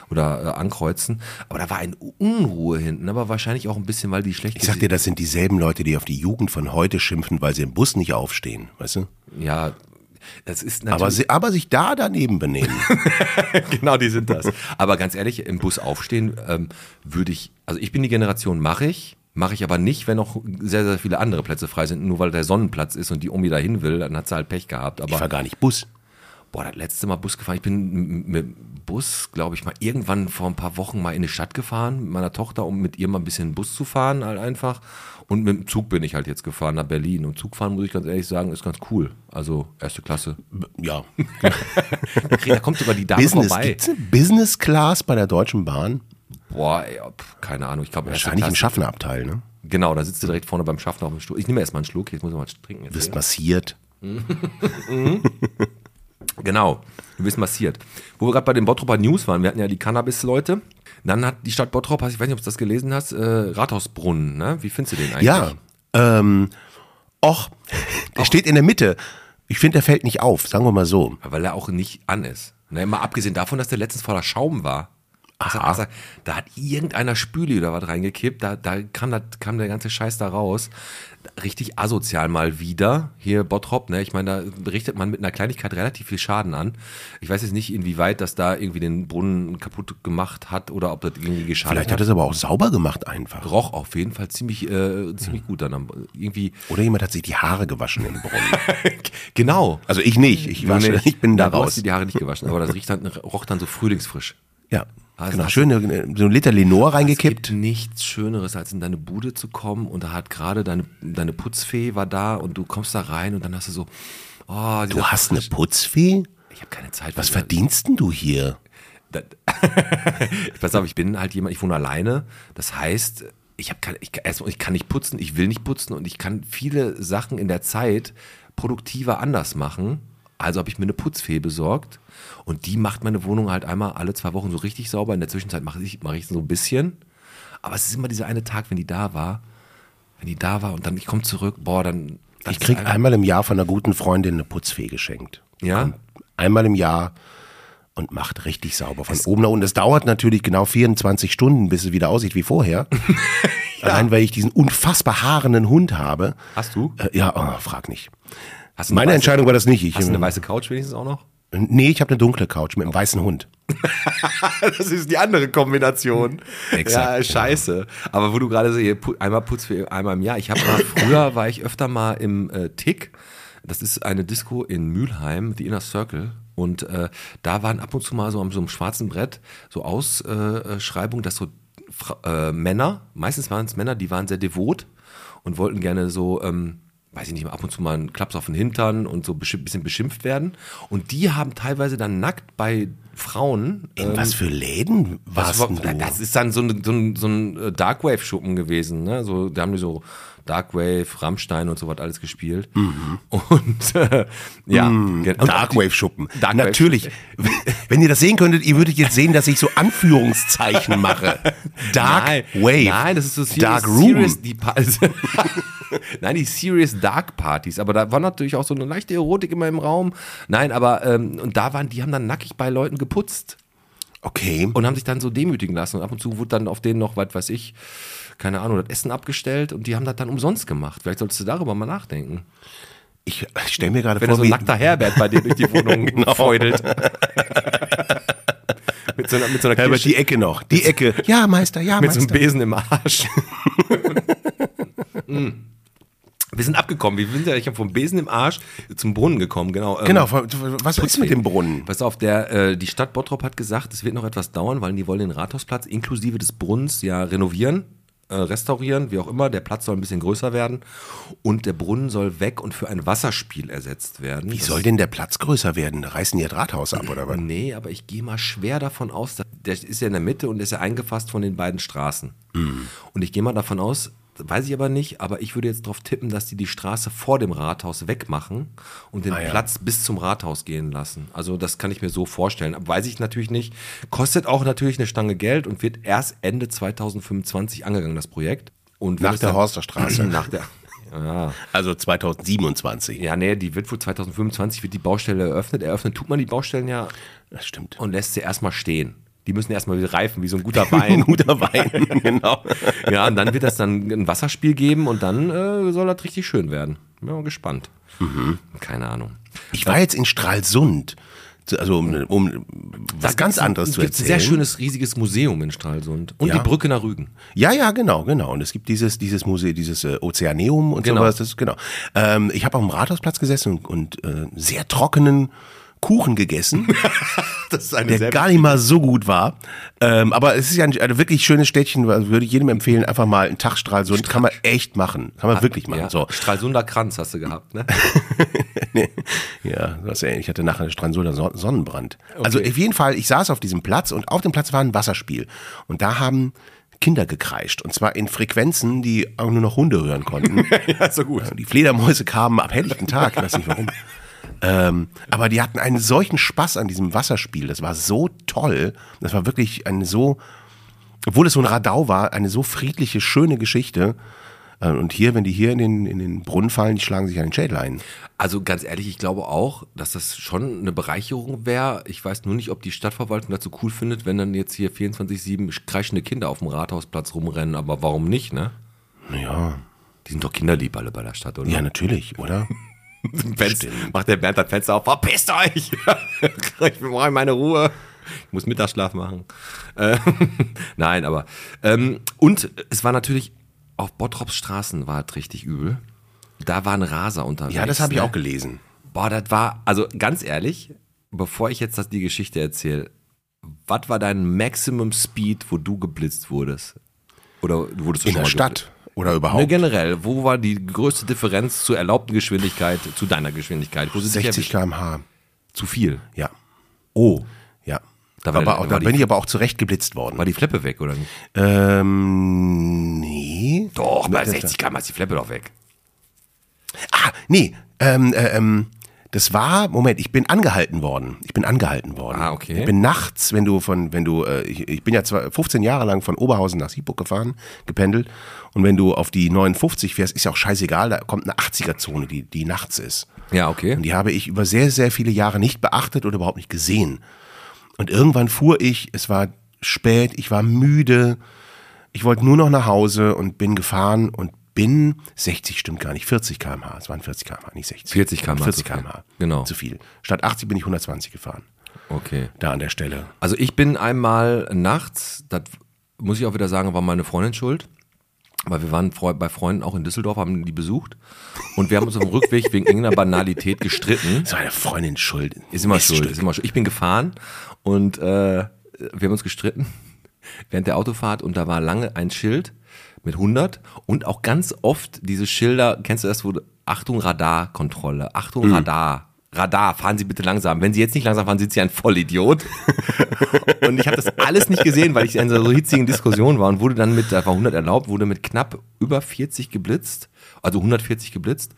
oder äh, ankreuzen. Aber da war eine Unruhe hinten, aber wahrscheinlich auch ein bisschen, weil die schlecht Ich sag dir, das sind dieselben Leute, die auf die Jugend von heute schimpfen, weil sie im Bus nicht aufstehen, weißt du? Ja, das ist Aber, natürlich. sie, aber sich da <laughs> daneben benehmen. genau, die sind das. Aber ganz ehrlich, im Bus aufstehen ähm, würde ich, also ich bin die Generation, mache ich. Mache ich aber nicht, wenn noch sehr, sehr viele andere Plätze frei sind, nur weil der Sonnenplatz ist und die Omi dahin will, dann hat sie halt Pech gehabt. Ich Aber fahr gar nicht Bus. boah, das letzte Mal Bus gefahren. Ich bin mit dem Bus, glaube ich, mal irgendwann vor ein paar Wochen mal in die Stadt gefahren mit meiner Tochter, um mit ihr mal ein bisschen Bus zu fahren, halt einfach. Und mit dem Zug bin ich halt jetzt gefahren nach Berlin. Und Zugfahren, muss ich ganz ehrlich sagen, ist ganz cool. Also erste Klasse. Ja. Da kommt sogar die Dame Business, vorbei. gibt's eine Business Class bei der Deutschen Bahn? Boah, ey, pf, keine Ahnung. Ich glaube, erste Wahrscheinlich im Klasse. Schaffnerabteil, ne? Genau, da sitzt du direkt vorne beim Schaffner auf dem Stuhl. Ich nehme erstmal einen Schluck, jetzt muss ich mal was trinken. Jetzt Wirst massiert. Genau, du bist massiert. Wo wir gerade bei den Bottroper News waren, wir hatten ja die Cannabis-Leute. Dann hat die Stadt Bottrop, hast- ich weiß nicht, ob du das gelesen hast, äh, Rathausbrunnen, ne? Wie findest du den eigentlich? Ja. Ähm, <laughs> och, der steht in der Mitte. Ich finde, der fällt nicht auf, sagen wir mal so. Weil er auch nicht an ist. Ne, mal abgesehen davon, dass der letztens voller Schaum war. Also, also, da hat irgendeiner Spüli oder was reingekippt, da, da kam, dat, kam der ganze Scheiß da raus. Richtig asozial mal wieder. Hier Bottrop, ne? Ich meine, da richtet man mit einer Kleinigkeit relativ viel Schaden an. Ich weiß jetzt nicht, inwieweit das da irgendwie den Brunnen kaputt gemacht hat oder ob das irgendwie geschadet Vielleicht hat er es aber auch sauber gemacht einfach. Roch auf jeden Fall ziemlich, äh, ziemlich Hm. gut dann. am- Irgendwie. Oder jemand hat sich die Haare gewaschen im Brunnen. <laughs> Genau. Also ich nicht, ich, wasche, nicht. ich <laughs> bin da Ja, du hast raus. dir die Haare nicht gewaschen, aber das riecht dann, roch dann so frühlingsfrisch. Ja, Also genau. das- Schön äh, so ein Liter Lenor Es reingekippt. gibt nichts Schöneres, als in deine Bude zu kommen und da hat gerade deine, deine Putzfee war da und du kommst da rein und dann hast du so, oh, Du hast eine Putzfee? ich habe keine Zeit. Was für- verdienst denn du hier? Da- <laughs> Pass auf, ich bin halt jemand, ich wohne alleine. Das heißt, ich, hab keine, ich, kann- erstmal, ich kann nicht putzen, ich will nicht putzen und ich kann viele Sachen in der Zeit produktiver anders machen. Also habe ich mir eine Putzfee besorgt und die macht meine Wohnung halt einmal alle zwei Wochen so richtig sauber. In der Zwischenzeit mache ich, mache ich so ein bisschen. Aber es ist immer dieser eine Tag, wenn die da war. Wenn die da war und dann ich komme zurück, boah, dann. dann Ich krieg ist einmal im Jahr von einer guten Freundin eine Putzfee geschenkt. Ja? Kommt Einmal im Jahr und macht richtig sauber von oben nach unten. Das dauert natürlich genau 24 Stunden, bis es wieder aussieht <laughs> wie vorher. Allein weil ich diesen unfassbar haarenden Hund habe. Hast du? Äh, ja, oh, frag nicht. Hast du eine Meine weiße- Entscheidung war das nicht. Ich, Hast du eine weiße Couch wenigstens auch noch? nee, ich habe eine dunkle Couch mit einem weißen Hund. <laughs> Das ist die andere Kombination. Exakt, ja, scheiße. Aber wo du gerade so hier pu- einmal putzt, einmal im Jahr. Ich habe mal früher war ich öfter mal im äh, Tick. Das ist eine Disco in Mülheim, die Inner Circle. Und äh, da waren ab und zu mal so am so einem schwarzen Brett so Ausschreibungen, dass so Fra- äh, Männer, meistens waren es Männer, die waren sehr devot und wollten gerne so, ähm, weiß ich nicht, ab und zu mal einen Klaps auf den Hintern und so ein bisschen beschimpft werden. Und die haben teilweise dann nackt bei Frauen äh, In was für Läden warst das, denn war- du? das ist dann so ein, so ein, so ein äh, Darkwave-Schuppen gewesen. Ne? So, da haben die so Darkwave, Rammstein und so was alles gespielt. Mhm. Und äh, ja, Mm, gen- und Darkwave-Schuppen. Darkwave- Natürlich. Wenn ihr das sehen könntet, ihr würdet jetzt sehen, dass ich so <laughs> Anführungszeichen mache. Dark nein, Wave. Nein, das ist so serious, Dark Room. serious die Pa- <laughs> Nein, die Serious Dark Partys, aber da war natürlich auch so eine leichte Erotik immer im Raum. Nein, aber ähm, und da waren, die haben dann nackig bei Leuten geputzt. Okay. und haben sich dann so demütigen lassen. Und ab und zu wurde dann auf denen noch, was weiß ich, keine Ahnung, das Essen abgestellt und die haben das dann umsonst gemacht. Vielleicht solltest du darüber mal nachdenken. Ich, ich stelle mir gerade Wenn da vor, so ein wie, nackter Herbert bei dir durch die Wohnung <laughs> feudelt. mit so einer, mit so einer Herbert, Kirsche- die Ecke noch. Die Ecke. <laughs> Ja, Meister, ja, mit so einem Meister. Besen im Arsch. <laughs> Mm. Wir sind abgekommen. Wir sind ja, ich habe vom Besen im Arsch zum Brunnen gekommen, genau. Ähm, genau, was willst du mit dem Brunnen? Pass auf, der, äh, die Stadt Bottrop hat gesagt, es wird noch etwas dauern, weil die wollen den Rathausplatz inklusive des Brunnens ja renovieren, äh, restaurieren, wie auch immer. Der Platz soll ein bisschen größer werden und der Brunnen soll weg und für ein Wasserspiel ersetzt werden. Wie soll denn der Platz größer werden? Reißen die das Rathaus ab oder was? Nee, aber ich gehe mal schwer davon aus, dass- der ist ja in der Mitte und ist ja eingefasst von den beiden Straßen. Mhm. Und ich gehe mal davon aus, weiß ich aber nicht, aber ich würde jetzt darauf tippen, dass die die Straße vor dem Rathaus wegmachen und den Ah, ja. Platz bis zum Rathaus gehen lassen. Also das kann ich mir so vorstellen. Aber weiß ich natürlich nicht. Kostet auch natürlich eine Stange Geld und wird erst Ende 2025 angegangen, das Projekt. Und wenn Nach es der dann- Horster <clears throat> Straße. Nach der, ja. Also 2027. ja, nee, die wird wohl 2025 wird die Baustelle eröffnet. Eröffnet tut man die Baustellen ja Das stimmt. und lässt sie erstmal stehen. Die müssen erstmal wieder reifen, wie so ein <laughs> guter Wein. guter <laughs> Wein, genau. ja, und dann wird das dann ein Wasserspiel geben und dann äh, soll das richtig schön werden. Bin mal gespannt. Mhm. Keine Ahnung. Ich war jetzt in Stralsund. Zu- Also um, um was ganz anderes zu gibt's erzählen. ein sehr schönes, riesiges Museum in Stralsund. Und Ja. die Brücke nach Rügen. Ja, ja, genau, genau. Und es gibt dieses, dieses Museum, dieses äh, Ozeaneum und Genau. sowas. Das, genau. Ähm, ich habe auf dem Rathausplatz gesessen und, und äh, sehr trockenen Kuchen gegessen, <laughs> Das ist eine der gar nicht mal so gut war. Ähm, aber es ist ja ein, ein wirklich schönes Städtchen, also würde ich jedem empfehlen, einfach mal einen Tag Stralsund. Kann man echt machen. Kann man wirklich machen. ja, So. Stralsunder Kranz hast du gehabt, <laughs> ne? Nee. Ja, das ist ja ähnlich. Ich hatte nachher einen Stransuler Son- Sonnenbrand. Also auf jeden Fall, ich saß auf diesem Platz und auf dem Platz war ein Wasserspiel. Und da haben Kinder gekreischt. Und zwar in Frequenzen, die auch nur noch Hunde hören konnten. Also ja, so gut. Die Fledermäuse kamen am helllichten Tag, ich weiß nicht warum. Ähm, aber die hatten einen solchen Spaß an diesem Wasserspiel. Das war so toll. Das war wirklich eine so, obwohl es so ein Radau war, eine so friedliche, schöne Geschichte. Äh, Und hier, wenn die hier in den, in den Brunnen fallen, die schlagen sich an den Schädel ein. Also ganz ehrlich, ich glaube auch, dass das schon eine Bereicherung wäre. Ich weiß nur nicht, ob die Stadtverwaltung dazu cool findet, wenn dann jetzt hier 24-7 kreischende Kinder auf dem Rathausplatz rumrennen. Aber warum nicht, ne? Ja, Die sind doch kinderlieb alle bei der Stadt, oder? <laughs> ja, natürlich, oder? Also Fenst- macht der Bernd das Fenster auf, verpisst euch! <laughs> ich brauche meine Ruhe. Ich muss Mittagsschlaf machen. Äh, <laughs> Nein, aber. Ähm, und es war natürlich, auf Bottrops Straßen war es richtig übel. Da waren Raser unterwegs. Ja, das habe ich ne? auch gelesen. Boah, das war, also ganz ehrlich, bevor ich jetzt das, die Geschichte erzähle, was war dein Maximum Speed, wo du geblitzt wurdest? Oder du wurdest du In schon der mal Stadt oder gebl- Ne, überhaupt. generell, wo war die größte Differenz zur erlaubten Geschwindigkeit, zu deiner Geschwindigkeit? Wo sind dich 60 erwischt? km/h. Zu viel. Ja, Oh. ja. Da war aber der- auch, war da die- bin ich aber auch zurecht geblitzt worden. War die Fleppe weg, oder nicht? Ähm, nee. Doch, bei 60 km ist die Fleppe doch weg. Ah, nee. Ähm, äh, ähm, das war, Moment, ich bin angehalten worden. Ich bin angehalten worden. Ah, okay. Ich bin nachts, wenn du von, wenn du, äh, ich, ich bin ja zwar 15 Jahre lang von Oberhausen nach Siegburg gefahren, gependelt. Und wenn du auf die 59 fährst, ist ja auch scheißegal, da kommt eine 80er-Zone, die, die nachts ist. Ja, okay. Und die habe ich über sehr, sehr viele Jahre nicht beachtet oder überhaupt nicht gesehen. Und irgendwann fuhr ich, es war spät, ich war müde, ich wollte nur noch nach Hause und bin gefahren und bin 60 stimmt gar nicht, 40 km/h, es waren 40 km/h, nicht 60. 40 km/h, 40 zu viel. km/h, Genau. Zu viel. Statt 80 bin ich 120 gefahren, Okay. da an der Stelle. Also ich bin einmal nachts, das muss ich auch wieder sagen, war meine Freundin schuld. Weil wir waren freu- bei Freunden auch in Düsseldorf, haben die besucht. Und wir haben uns auf dem Rückweg wegen irgendeiner Banalität gestritten. Das war eine Freundin schuld. Ist immer Miststück. schuld, ist immer schuld. Ich bin gefahren und äh, wir haben uns gestritten <laughs> während der Autofahrt und da war lange ein Schild mit 100 und auch ganz oft diese Schilder, kennst du das, wo du- Achtung Radarkontrolle, Achtung Radar, Radar, fahren Sie bitte langsam. Wenn Sie jetzt nicht langsam fahren, sind Sie ein <laughs> Vollidiot. und ich habe das alles nicht gesehen, weil ich in so einer hitzigen Diskussion war und wurde dann mit, da war 100 erlaubt, wurde mit knapp über 40 geblitzt, also 140 geblitzt.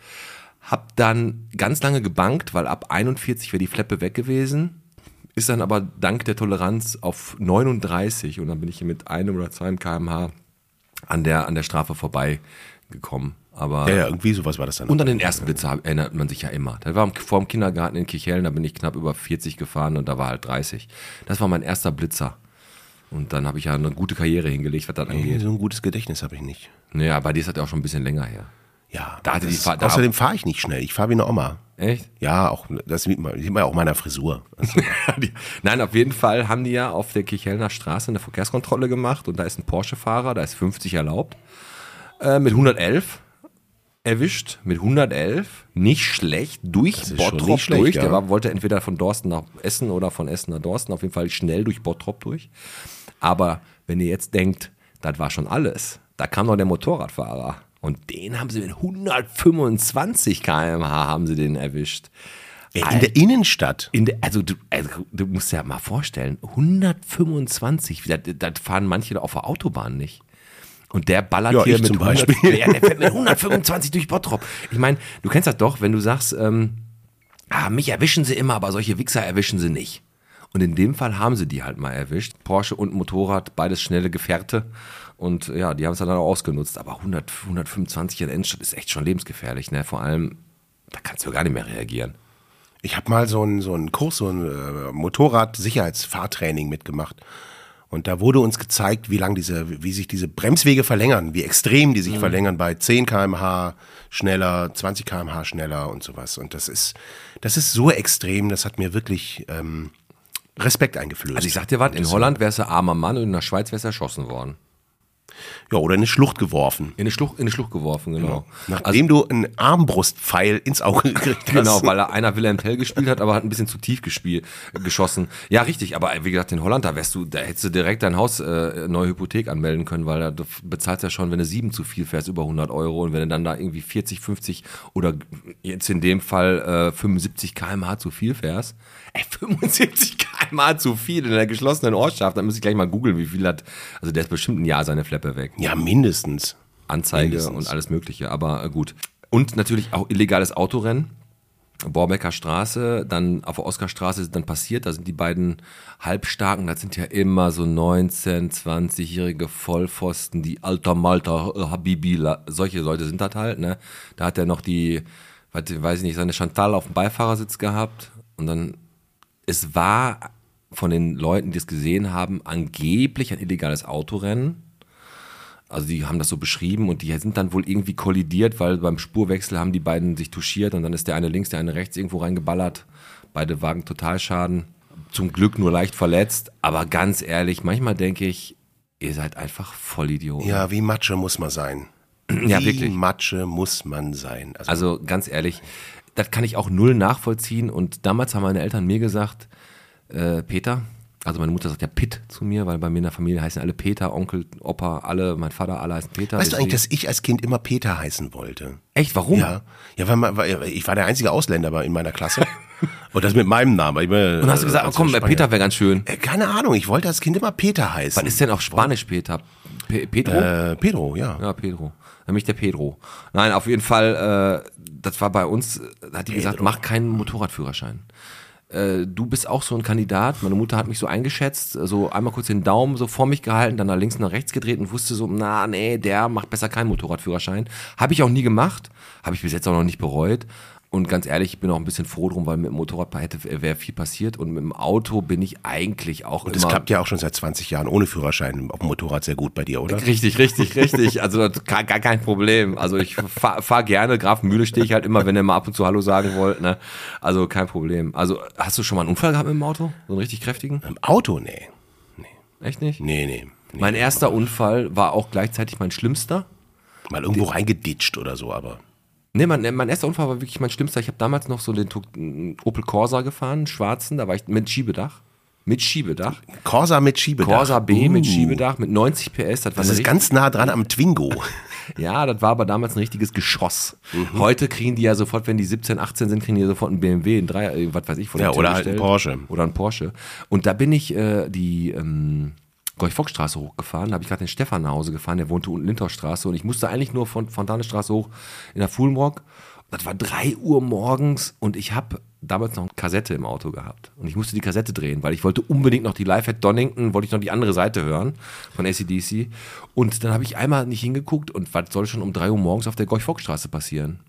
Hab dann ganz lange gebankt, weil ab 41 wäre die Fleppe weg gewesen. Ist dann aber dank der Toleranz auf 39 und dann bin ich hier mit einem oder zwei kmh an der, an der Strafe vorbeigekommen. Aber Ja, ja, irgendwie sowas war das dann. und an den ersten Blitzer hab- erinnert man sich ja immer. Da war im- vor dem Kindergarten in Kichellen, da bin ich knapp über 40 gefahren und da war halt 30. Das war mein erster Blitzer. Und dann habe ich ja eine gute Karriere hingelegt, was das angeht. so ein gutes Gedächtnis habe ich nicht. Naja, bei dir ist das ja auch schon ein bisschen länger her. Ja. Da hatte die das- Fahr- da- Außerdem fahre ich nicht schnell, ich fahre wie eine Oma. Echt? Ja, auch das sieht man, sieht man ja auch meiner Frisur. <laughs> Die- Nein, auf jeden Fall haben die ja auf der Kirchhellner Straße eine Verkehrskontrolle gemacht und da ist ein Porsche-Fahrer, da ist 50 erlaubt, äh, mit 111 erwischt, mit 111, nicht schlecht, durch ist schon Bottrop nicht schlecht, durch, der ja. war, wollte entweder von Dorsten nach Essen oder von Essen nach Dorsten, auf jeden Fall schnell durch Bottrop durch, aber wenn ihr jetzt denkt, das war schon alles, da kam noch der Motorradfahrer und den haben sie mit 125 km/h haben sie den erwischt. In der Innenstadt. In der, also, du, also du musst dir ja mal vorstellen, 125, das, das fahren manche auf der Autobahn nicht. Und der ballert Ja, hier ich mit zum Beispiel. 100, ja, der fährt mit 125 durch Bottrop. Ich meine, du kennst das doch, wenn du sagst, ähm, ah, mich erwischen sie immer, aber solche Wichser erwischen sie nicht. Und in dem Fall haben sie die halt mal erwischt. Porsche und Motorrad, beides schnelle Gefährte. Und ja, die haben es dann auch ausgenutzt. Aber 100, 125 in der Innenstadt ist echt schon lebensgefährlich. Ne? Vor allem, da kannst du gar nicht mehr reagieren. Ich habe mal so einen so einen Kurs, so ein äh, Motorrad-Sicherheitsfahrtraining mitgemacht. Und da wurde uns gezeigt, wie lang diese, wie sich diese Bremswege verlängern, wie extrem die sich Mhm. verlängern bei 10 km/h schneller, 20 km/h schneller und sowas. Und das ist, das ist so extrem, das hat mir wirklich ähm, Respekt eingeflößt. Also ich sag dir was, in Holland wärst du armer Mann und in der Schweiz wärst du erschossen worden. ja, oder in eine Schlucht geworfen. In eine Schlucht, in eine Schlucht geworfen, genau. Nachdem du einen Armbrustpfeil ins Auge gekriegt hast. <laughs> Genau, weil er einer Wilhelm Tell gespielt hat, aber hat ein bisschen zu tief gespielt, geschossen. Ja, richtig, aber äh, wie gesagt, in Holland, da wärst du, da hättest du direkt dein Haus äh, neue Hypothek anmelden können, weil da- du bezahlst ja schon, wenn du sieben zu viel fährst, über 100 Euro und wenn du dann da irgendwie 40, 50 oder jetzt in dem Fall äh, 75 km/h zu viel fährst. Ey, 75 km/h zu viel in der geschlossenen Ortschaft, dann muss ich gleich mal googeln, wie viel hat. Also der ist bestimmt ein Jahr seine Fleppe weg. ja, mindestens. Anzeige Mindestens. und alles Mögliche, aber äh, gut. Und natürlich auch illegales Autorennen. Borbecker Straße, dann auf der Oskarstraße ist dann passiert, da sind die beiden Halbstarken, das sind ja immer so 19-, 20-jährige Vollpfosten, die alter Malter, äh, Habibi, la- solche Leute sind das halt, ne? Da hat er noch die, was- weiß ich nicht, seine Chantal auf dem Beifahrersitz gehabt und dann es war von den Leuten, die es gesehen haben, angeblich ein illegales Autorennen. Also die haben das so beschrieben und die sind dann wohl irgendwie kollidiert, weil beim Spurwechsel haben die beiden sich touchiert und dann ist der eine links, der eine rechts irgendwo reingeballert. Beide Wagen Totalschaden. Zum Glück nur leicht verletzt, aber ganz ehrlich, manchmal denke ich, ihr seid einfach Vollidioten. Ja, wie Matsche muss man sein. <clears throat> Ja, wie wirklich. Matsche muss man sein. Also, Also ganz ehrlich, das kann ich auch null nachvollziehen. Und damals haben meine Eltern mir gesagt, äh, Peter, also meine Mutter sagt ja Pitt zu mir, weil bei mir in der Familie heißen alle Peter, Onkel, Opa, alle, mein Vater, alle heißen Peter. weißt du Deswegen- eigentlich, dass ich als Kind immer Peter heißen wollte? Echt, warum? Ja, ja weil, man, weil ich war der einzige Ausländer bei- in <laughs> meiner Klasse. Und das mit meinem Namen. weil Ich bin, Und hast du gesagt, oh, komm, Peter wäre ganz schön. Äh, Keine Ahnung, ich wollte als Kind immer Peter heißen. Was ist denn auf Spanisch Peter? Pe Pedro? äh, Pedro, ja. Ja, Pedro. Nämlich der Pedro. Nein, auf jeden Fall, äh, das war bei uns, äh, da hat die gesagt, mach keinen Motorradführerschein. Äh, Du bist auch so ein Kandidat. Meine Mutter hat mich so eingeschätzt, so einmal kurz den Daumen so vor mich gehalten, dann nach links und nach rechts gedreht und wusste so, na, nee, der macht besser keinen Motorradführerschein. Habe ich auch nie gemacht, habe ich bis jetzt auch noch nicht bereut. Und ganz ehrlich, ich bin auch ein bisschen froh drum, weil mit dem Motorrad hätte wäre viel passiert und mit dem Auto bin ich eigentlich auch Und immer. das klappt ja auch schon seit 20 Jahren ohne Führerschein auf dem Motorrad sehr gut bei dir, oder? Richtig, richtig, richtig. Also das, gar, gar kein Problem. Also ich fahre fahr gerne. Grafenmühle stehe ich halt immer, wenn ihr mal ab und zu Hallo sagen wollt. Ne? Also kein Problem. Also hast du schon mal einen Unfall gehabt mit dem Auto? So einen richtig kräftigen? Im Auto, nee. Echt nicht? Nee, nee. nee. Mein erster Unfall war auch gleichzeitig mein schlimmster. Mal irgendwo reingeditscht oder so, aber. Nee, mein, mein erster Unfall war wirklich mein schlimmster. Ich habe damals noch so den Tu- einen Opel Corsa gefahren, einen schwarzen. Da war ich mit Schiebedach. Mit Schiebedach. Corsa mit Schiebedach. Corsa B mit Uh, Schiebedach, mit 90 PS. Das, war Das eine ist ganz nah dran am <laughs> Twingo. Ja, das war aber damals ein richtiges Geschoss. Heute kriegen die ja sofort, wenn die 17, 18 sind, kriegen die sofort einen BMW, einen Dreier, äh, was weiß ich, von Ja, oder halt einen Porsche. Oder einen Porsche. Und da bin ich äh, die ähm, Gorch-Fock-Straße hochgefahren, da habe ich gerade den Stefan nach Hause gefahren, der wohnte unten Lindhorststraße und ich musste eigentlich nur von Fontanestraße hoch in der Fulmrock. Das war 3 Uhr morgens und ich habe damals noch eine Kassette im Auto gehabt. Und ich musste die Kassette drehen, weil ich wollte unbedingt noch die Live at Donington, wollte ich noch die andere Seite hören von ACDC. Und dann habe ich einmal nicht hingeguckt und was soll schon um 3 Uhr morgens auf der Gorch-Fock-Straße passieren?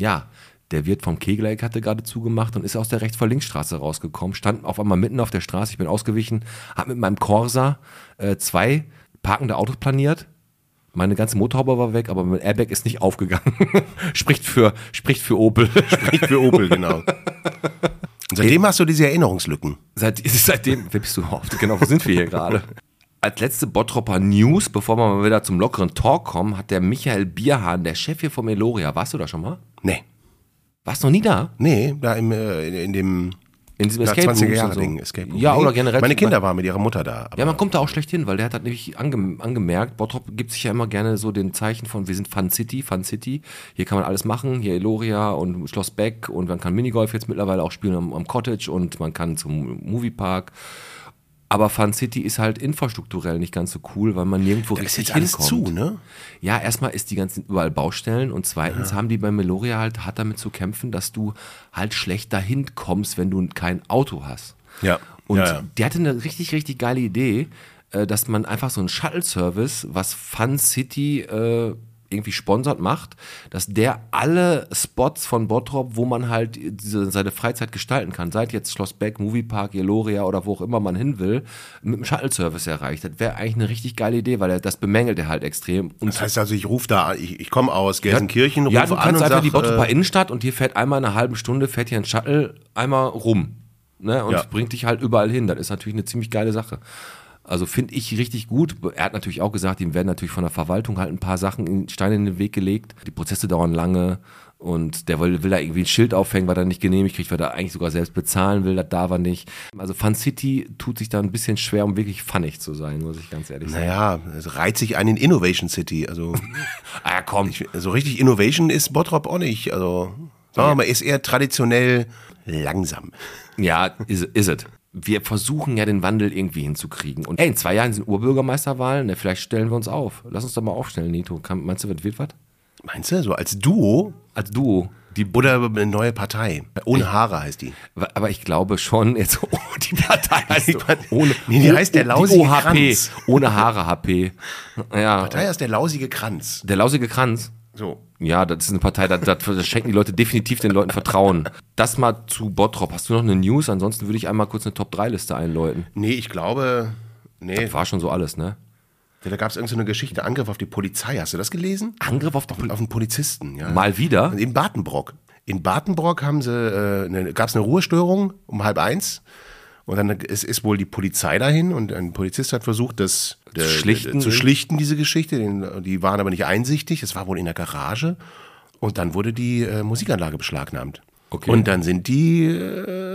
Ja, der Wirt vom Kegeleck hatte gerade zugemacht und ist aus der rechts vor links straße rausgekommen, stand auf einmal mitten auf der Straße, ich bin ausgewichen, hab mit meinem Corsa äh, zwei parkende Autos planiert. Meine ganze Motorhaube war weg, aber mein Airbag ist nicht aufgegangen. <laughs> spricht, für, spricht für Opel. <laughs> Nicht für Opel, genau. Und seitdem hast du diese Erinnerungslücken. Seit, seitdem, wer bist du überhaupt? Genau, wo sind wir hier gerade? Als letzte Bottropper News, bevor wir mal wieder zum lockeren Talk kommen, hat der Michael Bierhahn, der Chef hier vom Eloria, warst du da schon mal? Nee. Warst du noch nie da? Nee, da im, äh, in, in dem In diesem na, Escape Room. 20er Jahre so. Ding. Escape Room. Ja, Nee, oder generell. Meine Kinder waren mit ihrer Mutter da. aber- Ja, man kommt da auch schlecht hin, weil der hat halt nämlich ange angemerkt, Bottrop gibt sich ja immer gerne so den Zeichen von, wir sind Fun City, Fun City, hier kann man alles machen, hier Eloria und Schloss Beck und man kann Minigolf jetzt mittlerweile auch spielen am, am Cottage und man kann zum Moviepark. Aber Fun City ist halt infrastrukturell nicht ganz so cool, weil man nirgendwo da ist richtig jetzt alles hinkommt. zu, ne? Ja, erstmal ist die ganzen überall Baustellen und zweitens haben die bei Meloria halt hart damit zu kämpfen, dass du halt schlecht dahin kommst, wenn du kein Auto hast. Ja. Und Ja, ja. der hatte eine richtig, richtig geile Idee, äh, dass man einfach so einen Shuttle-Service, was Fun City äh, irgendwie sponsert macht, dass der alle Spots von Bottrop, wo man halt diese, seine Freizeit gestalten kann, seit jetzt Schloss Beck, Moviepark, Eloria oder wo auch immer man hin will, mit einem Shuttle-Service erreicht. Das wäre eigentlich eine richtig geile Idee, weil er, das bemängelt er halt extrem. Und Das heißt also, ich rufe da, an, ich, ich komme aus Gelsenkirchen, rufe ja, du an kannst und einfach sag, die Bottroper äh, Innenstadt und hier fährt einmal eine halbe Stunde, fährt hier ein Shuttle einmal rum. Ne, und Ja. bringt dich halt überall hin. Das ist natürlich eine ziemlich geile Sache. Also finde ich richtig gut. Er hat natürlich auch gesagt, ihm werden natürlich von der Verwaltung halt ein paar Sachen in Steine in den Weg gelegt. Die Prozesse dauern lange und der will, will da irgendwie ein Schild aufhängen, weil er nicht genehmigt kriegt, weil er eigentlich sogar selbst bezahlen will, das darf er nicht. Also Fun City tut sich da ein bisschen schwer, um wirklich funnig zu sein, muss ich ganz ehrlich sagen. Naja, es reiht sich ein in Innovation City. <laughs> Also Ah ja, komm. ich, so richtig Innovation ist Bottrop auch nicht. Also sagen wir mal, ist eher traditionell langsam. Ja, is, is it. Wir versuchen ja den Wandel irgendwie hinzukriegen. Und ey, in zwei Jahren sind Urbürgermeisterwahlen, ne, vielleicht stellen wir uns auf. Lass uns doch mal aufstellen, Nito. Kann, meinst du, wird, wird was? Meinst du, so als Duo Als Duo. Die Bu- oder eine äh, neue Partei? Ohne Haare heißt die. aber ich glaube schon, jetzt oh, die <laughs> Partei heißt ohne, Nee, die heißt der lausige die OHP, Kranz. ohne Haare HP. Ja, Partei ist der lausige Kranz. der lausige Kranz. So. Ja, das ist eine Partei, da, da, da schenken die Leute definitiv den Leuten Vertrauen. Das mal zu Bottrop. Hast du noch eine News? Ansonsten würde ich einmal kurz eine Top-3-Liste einläuten. Nee, ich glaube, nee, War schon so alles, ne? da gab es irgendeine Geschichte, Angriff auf die Polizei. Hast du das gelesen? Angriff auf die Polizei. Auf einen Polizisten, ja. Mal wieder? In Badenbrock. In Badenbrock haben sie, äh, eine, gab es eine Ruhestörung um halb eins. Und dann ist, ist wohl die Polizei dahin und ein Polizist hat versucht, das äh, schlichten. ne? zu schlichten, diese Geschichte. Den, die waren aber nicht einsichtig. Es war wohl in der Garage. Und dann wurde die äh, Musikanlage beschlagnahmt. Okay. Und dann sind die äh,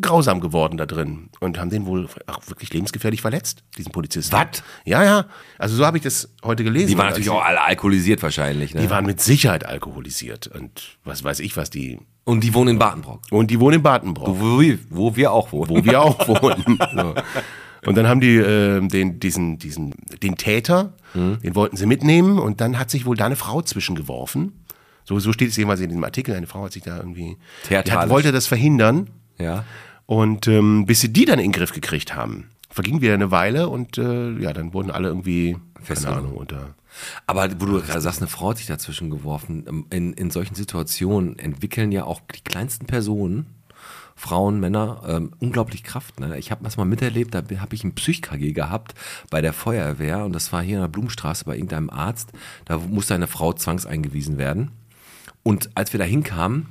grausam geworden da drin und haben den wohl auch wirklich lebensgefährlich verletzt, diesen Polizisten. Was? Ja, ja. Also so habe ich das heute gelesen. Also Die waren Und als natürlich ich- auch alle alkoholisiert wahrscheinlich, ne? die waren mit Sicherheit alkoholisiert und was weiß ich, was die. Und die wohnen in Badenbrock. Und die wohnen in Badenbrock, Wo, wir- wo wir auch wohnen. wo wir auch <laughs> wohnen. So. Und dann haben die ähm, den, diesen, diesen, den Täter, Hm. den wollten sie mitnehmen und dann hat sich wohl da eine Frau zwischengeworfen. So, so steht es jedenfalls in diesem Artikel. Eine Frau hat sich da irgendwie. Die Theatralisch. hat, wollte das verhindern. Ja. Und ähm, bis sie die dann in den Griff gekriegt haben, verging wieder eine Weile und äh, ja, dann wurden alle irgendwie, keine Festgenommen. Ahnung, unter. Aber wo du gerade sagst, eine Frau hat sich dazwischen geworfen. Ähm, In, in solchen Situationen entwickeln ja auch die kleinsten Personen, Frauen, Männer, ähm, unglaublich Kraft. Ne? Ich habe das mal miterlebt, da habe ich ein Psych-KG gehabt bei der Feuerwehr und das war hier in der Blumenstraße bei irgendeinem Arzt. Da musste eine Frau zwangseingewiesen werden. Und als wir da hinkamen,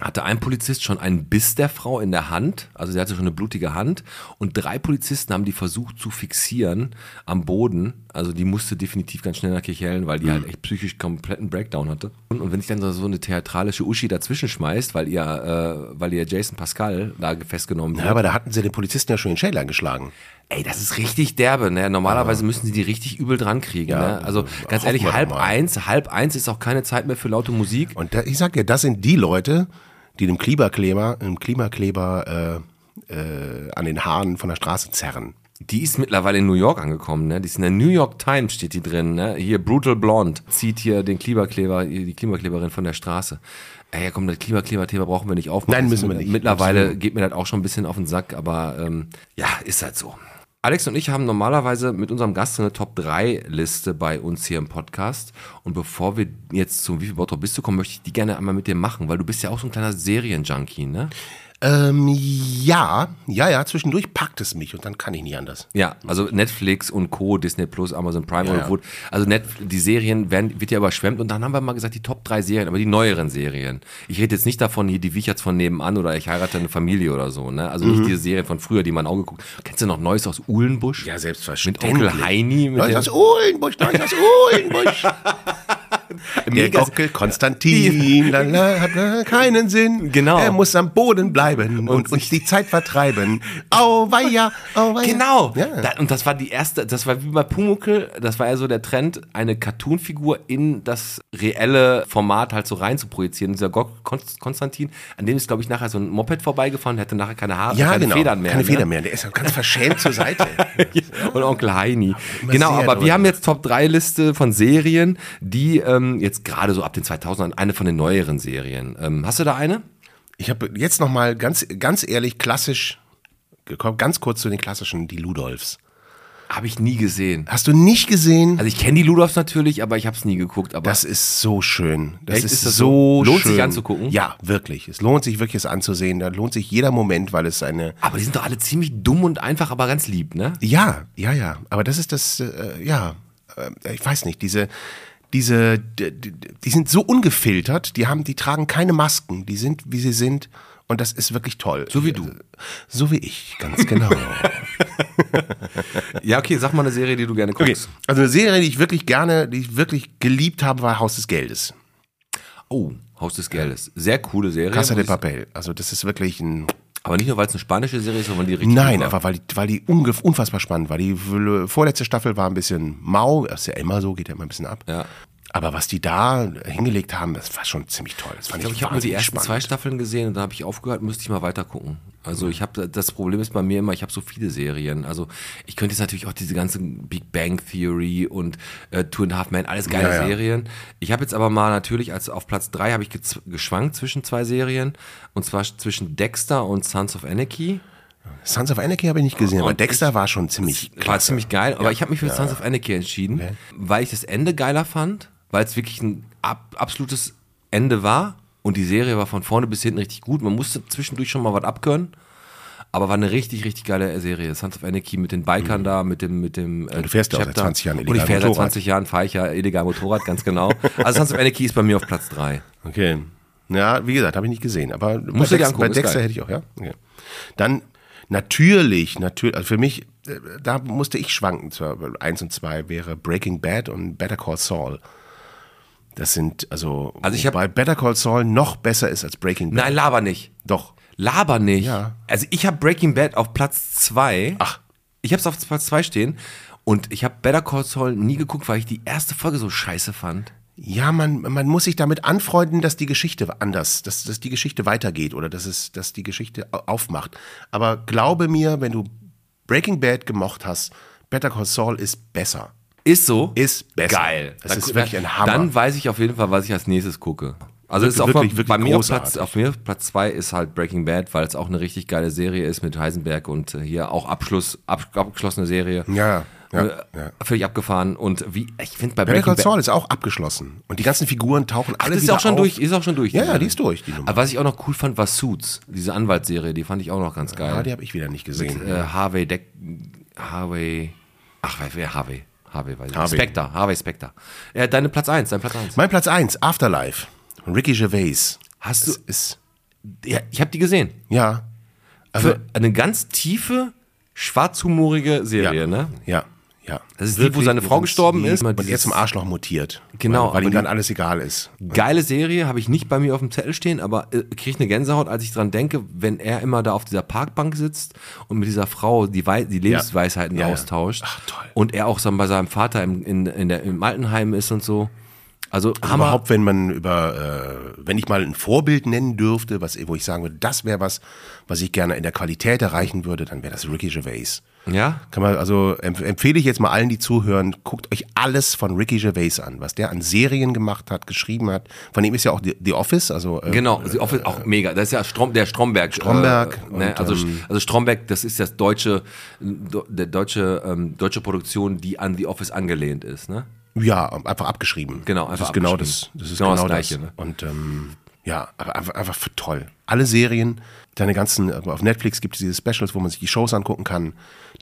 hatte ein Polizist schon einen Biss der Frau in der Hand, also sie hatte schon eine blutige Hand und drei Polizisten haben die versucht zu fixieren am Boden, also die musste definitiv ganz schnell nach Kirchhellen, weil die Mhm. halt echt psychisch kompletten Breakdown hatte. Und, und wenn sich dann so- so eine theatralische Uschi dazwischen schmeißt, weil ihr, äh, weil ihr Jason Pascal da festgenommen wird, Ja, aber da hatten sie den Polizisten ja schon den Schädel angeschlagen. Ey, das ist richtig derbe, ne? Normalerweise müssen sie die richtig übel dran kriegen, Ja, ne? Also ganz hoffen ehrlich, wir doch halb mal. eins, halb eins ist auch keine Zeit mehr für laute Musik. Und da, ich sag dir, das sind die Leute, die dem Klimakleber, dem Klimakleber äh, äh, an den Haaren von der Straße zerren. Die ist mittlerweile in New York angekommen, ne? Die ist in der New York Times, steht die drin, ne? Hier, Brutal Blonde zieht hier den Klimakleber, die Klimakleberin von der Straße. Ey, komm, das Klimakleber-Thema brauchen wir nicht aufmachen. Nein, Das ist müssen wir mit- nicht. Mittlerweile geht mir das auch schon ein bisschen auf den Sack, aber ähm, ja, ist halt so. Alex und ich haben normalerweise mit unserem Gast so eine Top-3-Liste bei uns hier im Podcast. Und bevor wir jetzt zum Wie viel Bottrop bist du kommen, möchte ich die gerne einmal mit dir machen, weil du bist ja auch so ein kleiner Serien-Junkie, ne? Ähm, ja, ja, ja, zwischendurch packt es mich und dann kann ich nicht anders. Ja, also Netflix und Co., Disney Plus, Amazon Prime oder ja. wo. Also Net, die Serien werden, wird ja überschwemmt und dann haben wir mal gesagt, die Top 3 Serien, aber die neueren Serien. Ich rede jetzt nicht davon, hier die Wicherts von nebenan oder ich heirate eine Familie oder so, ne? Also Mhm. nicht diese Serien von früher, die man auch geguckt hat. Kennst du noch Neues aus Uhlenbusch? Mit selbstverständlich. Onkel Heini, mit Leute dem- aus Uhlenbusch, Leute aus <laughs> Uhlenbusch. Der Mega- Gockel Konstantin la, la, hat äh, keinen Sinn. Genau. Er muss am Boden bleiben und uns die Zeit vertreiben. Auweia, auweia. Genau. Ja. Da, und das war die erste, das war wie bei Pumuckl, das war ja so der Trend, eine Cartoon-Figur in das reelle Format halt so rein zu projizieren. Dieser Gok Konst- Konstantin, an dem ist, glaube ich, nachher so ein Moped vorbeigefahren, der hatte nachher keine Haare, ja, keine genau. Federn mehr. Keine ne? Federn mehr. Der ist ja ganz verschämt <laughs> zur Seite. Und Onkel Heini. Genau, sehr aber wir drüber haben jetzt Top-3-Liste von Serien, die ähm, jetzt gerade so ab den 2000ern, eine von den neueren Serien. Ähm, hast du da eine? Ich habe jetzt noch mal ganz, ganz ehrlich klassisch gekommen, ganz kurz zu den klassischen, die Ludolfs. Habe ich nie gesehen. Hast du nicht gesehen? Also ich kenne die Ludolfs natürlich, aber ich habe es nie geguckt. Aber das ist so schön. Das Echt? ist, Ist das so? so Lohnt schön. sich anzugucken? Ja, wirklich. Es lohnt sich wirklich, es anzusehen. Da lohnt sich jeder Moment, weil es eine. aber die sind doch alle ziemlich dumm und einfach, aber ganz lieb, ne? Ja, ja, ja. Aber das ist das. Äh, ja, äh, ich weiß nicht. Diese, diese, d- d- die sind so ungefiltert. Die haben, die tragen keine Masken. Die sind, wie sie sind. Und das ist wirklich toll. So wie du. <laughs> So wie ich, ganz genau. Ja, okay, sag mal eine Serie, die du gerne Okay, guckst. also eine Serie, die ich wirklich gerne, die ich wirklich geliebt habe, war Haus des Geldes. Oh, Haus des Geldes. Sehr coole Serie. Casa muss de ich- Papel. Also das ist wirklich ein... Aber nicht nur, weil es eine spanische Serie ist, sondern weil die richtig Nein, gut war. aber weil die, weil die unge- unfassbar spannend war. Die vorletzte Staffel war ein bisschen mau, das ist ja immer so, geht ja immer ein bisschen ab. Ja. Aber was die da hingelegt haben, das war schon ziemlich toll. Das Ich fand glaube, ich, ich habe nur die wahnsinnig ersten spannend. zwei Staffeln gesehen und dann habe ich aufgehört, müsste ich mal weiter gucken. Also ich habe das Problem ist bei mir immer, ich habe so viele Serien. Also ich könnte jetzt natürlich auch diese ganzen Big Bang Theory und äh, Two and a Half Men, alles geile Ja, ja. Serien. Ich habe jetzt aber mal natürlich als auf Platz drei habe ich gez- geschwankt zwischen zwei Serien und zwar zwischen Dexter und Sons of Anarchy. Sons of Anarchy habe ich nicht gesehen, aber Und Dexter war schon ziemlich War klasse. ziemlich geil, aber ich habe mich für Sons of Anarchy entschieden, weil ich das Ende geiler fand, weil es wirklich ein ab, absolutes Ende war und die Serie war von vorne bis hinten richtig gut. Man musste zwischendurch schon mal was abkönnen, aber war eine richtig, richtig geile Serie. Sons of Anarchy mit den Bikern da, mit dem, mit dem äh, Mhm. du fährst ja auch seit 20 Jahren Und ich illegal fähre seit Motorrad. 20 Jahren, fahre ich ja illegal Motorrad, ganz <laughs> genau. Also Sons of Anarchy ist bei mir auf Platz 3. Okay. Ja, wie gesagt, habe ich nicht gesehen. Aber bei, ich dir Dex angucken, bei ist Dexter geil. hätte ich auch, ja. Okay. Dann natürlich, natürlich, also für mich, äh, da musste ich schwanken. Zwar eins und zwei wäre Breaking Bad und Better Call Saul. Das sind, also, Also ich hab- wobei Better Call Saul noch besser ist als Breaking Bad. Nein, laber nicht. Doch. Laber nicht. Ja. Also ich habe Breaking Bad auf Platz 2. Ach. Ich habe es auf Platz 2 stehen. Und ich habe Better Call Saul nie geguckt, weil ich die erste Folge so scheiße fand. Ja, man, man muss sich damit anfreunden, dass die Geschichte anders, dass, dass die Geschichte weitergeht oder dass, es, dass die Geschichte au- aufmacht. Aber glaube mir, wenn du Breaking Bad gemocht hast, Better Call Saul ist besser. Ist so. Ist besser. Geil. Das ist wirklich ein Hammer. Dann weiß ich auf jeden Fall, was ich als nächstes gucke. Also Wirklich, es ist auch wirklich, mal- wirklich bei mir auf großartig. Platz, auf mir auf Platz 2 ist halt Breaking Bad, weil es auch eine richtig geile Serie ist mit Heisenberg und äh, hier auch Abschluss, ab, abgeschlossene Serie. Ja, ja, Äh, ja. Völlig abgefahren. Und wie, ich finde bei Better Breaking Call Bad. Also, Saul ist auch abgeschlossen. Und die ganzen Figuren tauchen alle Das ist wieder auch schon auf. durch, ist auch schon durch. Ja, ja, Serie. die ist durch, die Nummer. Aber was ich auch noch cool fand, war Suits, diese Anwaltsserie, die fand ich auch noch ganz ja, geil. die habe ich wieder nicht gesehen. äh, Harvey Deck, Harvey, ach, wer- wer Harvey? Harvey, weiß ich nicht. Harvey. Specter, Harvey Specter. Ja, deine Platz 1, dein Platz 1. mein Platz 1, Afterlife. von Ricky Gervais. Hast Es du- Ist, Ja, ich habe die gesehen. ja. Also- Für eine ganz tiefe, schwarzhumorige Serie, ja. ne? Ja, ja. Das ist die, wo seine Frau gestorben ist. Und er zum Arschloch mutiert. Genau, Weil, weil aber ihm die- dann alles egal ist. Geile Serie, habe ich nicht bei mir auf dem Zettel stehen, aber äh, kriege ich eine Gänsehaut, als ich dran denke, wenn er immer da auf dieser Parkbank sitzt und mit dieser Frau die, Wei die Lebensweisheiten Ja, ja. austauscht. Ach, toll. Und er auch so bei seinem Vater im, in, in der, im Altenheim ist und so. Also, Hammer. Überhaupt, wenn man über, äh, wenn ich mal ein Vorbild nennen dürfte, was, wo ich sagen würde, das wäre was, was ich gerne in der Qualität erreichen würde, dann wäre das Ricky Gervais. Ja? Kann man, also emp empfehle ich jetzt mal allen, die zuhören, guckt euch alles von Ricky Gervais an, was der an Serien gemacht hat, geschrieben hat. Von ihm ist ja auch The, The Office, also äh, Genau, also auch, auch mega. Das ist ja Strom, der Stromberg. Stromberg Äh, ne? und, also, ähm, also Stromberg, das ist das deutsche, äh, der deutsche, ähm, deutsche Produktion, die an The Office angelehnt ist. Ne? Ja, einfach abgeschrieben. Genau, das einfach ist genau das. abgeschrieben. Das ist genau, Genau das das. Gleiche, ne? Und ähm, ja, aber einfach, einfach für toll. Alle Serien, deine ganzen, aber auf Netflix gibt es diese Specials, wo man sich die Shows angucken kann.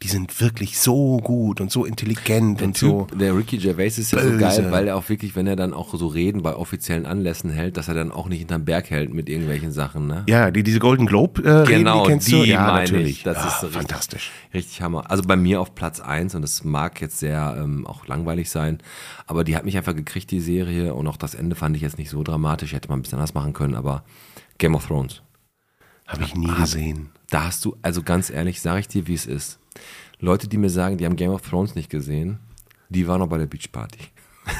Die sind wirklich so gut und so intelligent und so. Typ, der Ricky Gervais ist ja so Böse. geil, weil er auch wirklich, wenn er dann auch so Reden bei offiziellen Anlässen hält, dass er dann auch nicht hinterm Berg hält mit irgendwelchen Sachen. Ne? Ja, die, diese Golden Globe äh, Reden, Genau, die kennst du. die Ja, meine ich. natürlich. Das ja, ist so richtig- fantastisch. Richtig Hammer. Also bei mir auf Platz 1 und das mag jetzt sehr ähm, auch langweilig sein, aber die hat mich einfach gekriegt, die Serie und auch das Ende fand ich jetzt nicht so dramatisch, hätte man ein bisschen anders machen können, aber Game of Thrones. Habe ich nie gesehen. Da hast du, also ganz ehrlich, sage ich dir, wie es ist. Leute, die mir sagen, die haben Game of Thrones nicht gesehen, die waren noch bei der Beachparty. <laughs>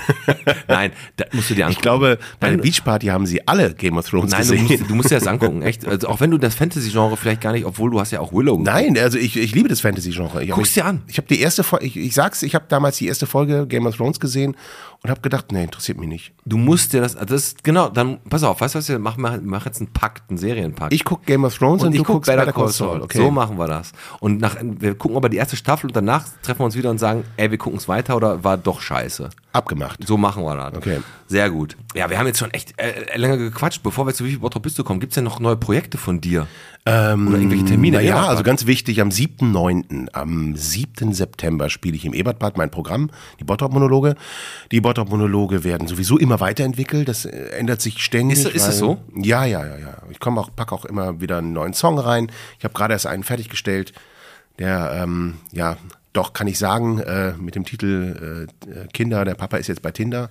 Nein, das musst du dir angucken. Ich glaube, bei der Nein, Beachparty haben sie alle Game of Thrones Nein, du gesehen. musst, du musst dir das angucken, echt. Also auch wenn du das Fantasy-Genre vielleicht gar nicht, obwohl du hast ja auch Willow. geguckt. <laughs> Nein, also ich, ich liebe das Fantasy-Genre. Ich- Guck's dir an. Ich habe die erste Folge, ich, ich sag's, ich habe damals die erste Folge Game of Thrones gesehen und habe gedacht, nee, interessiert mich nicht. Du musst dir das, das ist, genau, dann, pass auf, weißt du was, wir machen, mach, mach jetzt einen Pakt, einen Serienpakt. Ich guck Game of Thrones und, und ich du guck guckst Better Call Saul. Okay. So machen wir das. Und nach, wir gucken aber die erste Staffel und danach treffen wir uns wieder und sagen, ey, wir gucken es weiter oder war doch scheiße. Abgemacht. So machen wir das. Okay. Sehr gut. Ja, wir haben jetzt schon echt äh, länger gequatscht. Bevor wir zu wie viel Bottrop bist du kommen, gibt es denn noch neue Projekte von dir? Oder irgendwelche Termine? Na ja, Eberhard? <laughs> also ganz wichtig, am 7.9., am 7. September spiele ich im Ebertbad mein Programm, die Bottrop-Monologe. Die Bottrop-Monologe werden sowieso immer weiterentwickelt, das äh, ändert sich ständig. Ist- ist es weil- so? Ja, ja, ja, ja. Ich komme auch, packe auch immer wieder einen neuen Song rein. Ich habe gerade erst einen fertiggestellt. der, ähm, ja, doch kann ich sagen, äh, mit dem Titel äh, Kinder, der Papa ist jetzt bei Tinder.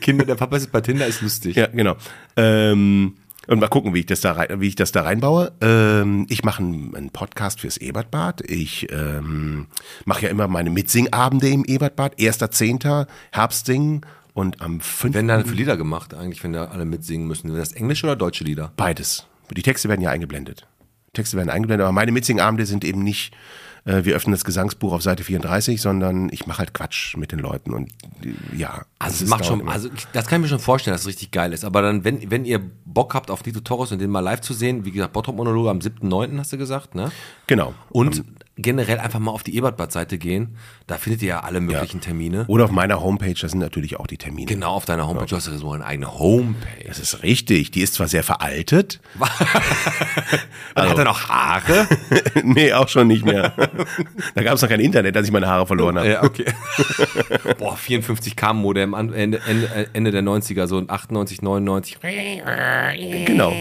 Kinder, der Papa ist bei Tinder, ist lustig. Ja, genau. Ähm, und mal gucken, wie ich das da, rein, wie ich das da reinbaue. Ähm, ich mache einen, einen Podcast fürs Ebertbad. Ich ähm, mache ja immer meine Mitsingabende im Ebertbad. 1.10. Herbstsingen und am 5. Werden dann für Lieder gemacht eigentlich, wenn da alle mitsingen müssen? Sind das englische oder deutsche Lieder? Beides. Die Texte werden ja eingeblendet. Texte werden eingeblendet, aber meine Mitsingabende sind eben nicht, äh, wir öffnen das Gesangsbuch auf Seite 34, sondern ich mache halt Quatsch mit den Leuten und äh, ja. das Also es ist macht dauernd schon, immer. also ich- das kann ich mir schon vorstellen, dass es richtig geil ist. Aber dann, wenn, wenn ihr Bock habt auf Nito Torres und den mal live zu sehen, wie gesagt, Bottrop-Monologe am 7.9. hast du gesagt, ne? genau. Und generell einfach mal auf die Ebertbad-Seite gehen, da findet ihr ja alle möglichen Termine. Oder auf meiner Homepage, da sind natürlich auch die Termine. Genau auf deiner Homepage, du hast ja so eine eigene Homepage. <laughs> Das ist richtig. Die ist zwar sehr veraltet. Also. Hat er noch Haare? <laughs> nee, auch schon nicht mehr. <laughs> da gab es noch kein Internet, als ich meine Haare verloren habe. ja, okay. <laughs> Boah, 54k Modem an- Ende, Ende, Ende der 90er, so 98, 99. Genau.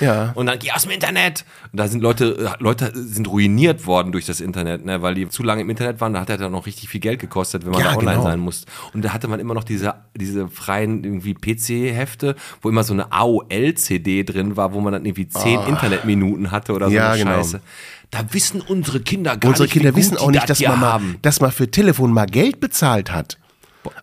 Ja. Und dann geh aus dem Internet. Und da sind Leute, äh, Leute sind ruiniert worden durch das Internet, ne, weil die zu lange im Internet waren. Da hat er dann noch richtig viel Geld gekostet, wenn man Ja, da online genau. sein musste. Und da hatte man immer noch diese, diese freien irgendwie PC-Hefte, wo immer so eine AOL-CD drin war, wo man dann irgendwie zehn Internetminuten hatte oder so Ah. Ja, eine genau. Scheiße. Da wissen unsere Kinder gar Unsere nicht, Kinder wie gut wissen auch die nicht, das dass hier man, mal, haben. dass man für Telefon mal Geld bezahlt hat.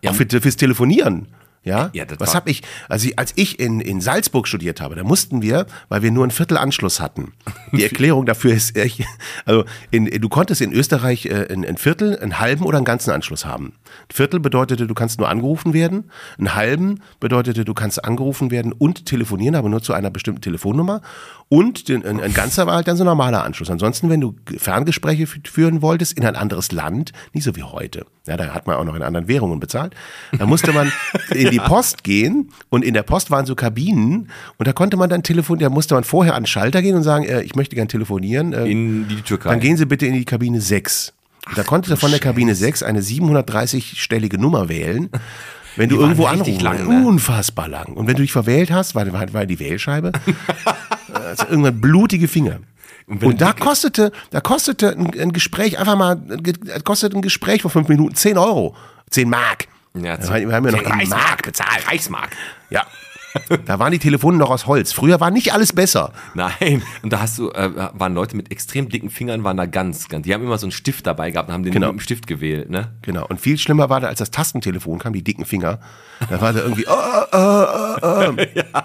ja. Auch für, fürs Telefonieren. Ja, Ja, das was war- habe ich, also ich- als ich in, in Salzburg studiert habe, da mussten wir, weil wir nur einen Viertelanschluss hatten. <laughs> Die Erklärung dafür ist, <laughs> äh, ich- also in, du konntest in Österreich äh, ein, ein Viertel, einen halben oder einen ganzen Anschluss haben. Ein Viertel bedeutete, du kannst nur angerufen werden. Einen halben bedeutete, du kannst angerufen werden und telefonieren, aber nur zu einer bestimmten Telefonnummer. Und den, ein, ein ganzer war halt dann so ein normaler Anschluss. Ansonsten, wenn du Ferngespräche fü- führen wolltest in ein anderes Land, nicht so wie heute, ja, da hat man auch noch in anderen Währungen bezahlt, da musste man in die Post gehen und in der Post waren so Kabinen und da konnte man dann telefonieren, da musste man vorher an den Schalter gehen und sagen, äh, ich möchte gern telefonieren. Äh, In die Türkei. dann gehen Sie bitte in die Kabine 6. Und da konnte von der Kabine 6 eine 730-stellige Nummer wählen. Wenn du waren irgendwo richtig anrufst, lang, ne? unfassbar lang. Und wenn du dich verwählt hast, war, war, war die Wählscheibe, also irgendwann blutige Finger. Und, da kostete, da kostete ein, ein Gespräch einfach mal, ein Ge- kostet ein Gespräch vor fünf Minuten 10 Euro, 10 Mark. Ja, Da waren- wir haben ja noch in Mark bezahlt. Reichsmark. Ja. Da waren die Telefone noch aus Holz. Früher war nicht alles besser. Nein, und da hast du, äh, waren Leute mit extrem dicken Fingern, waren da ganz, ganz. Die haben immer so einen Stift dabei gehabt und haben den Genau. mit dem Stift gewählt, ne? Genau. Und viel schlimmer war da, als das Tastentelefon kam, die dicken Finger. Da war da irgendwie, <laughs> oh, oh, oh, oh.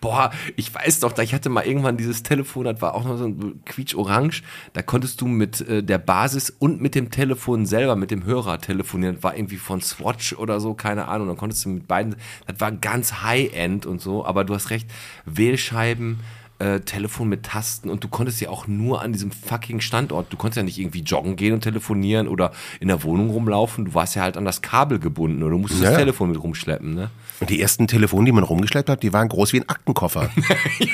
Boah, ich weiß doch, da ich hatte mal irgendwann dieses Telefon, das war auch noch so ein quietsch-orange, da konntest du mit äh, der Basis und mit dem Telefon selber, mit dem Hörer telefonieren, das war irgendwie von Swatch oder so, keine Ahnung, dann konntest du mit beiden, das war ganz High-End und so, aber du hast recht, Wählscheiben, äh, Telefon mit Tasten und du konntest ja auch nur an diesem fucking Standort, du konntest ja nicht irgendwie joggen gehen und telefonieren oder in der Wohnung rumlaufen, du warst ja halt an das Kabel gebunden oder du musstest Ja, das ja. Telefon mit rumschleppen, ne? Und die ersten Telefone, die man rumgeschleppt hat, die waren groß wie <laughs> ein Aktenkoffer.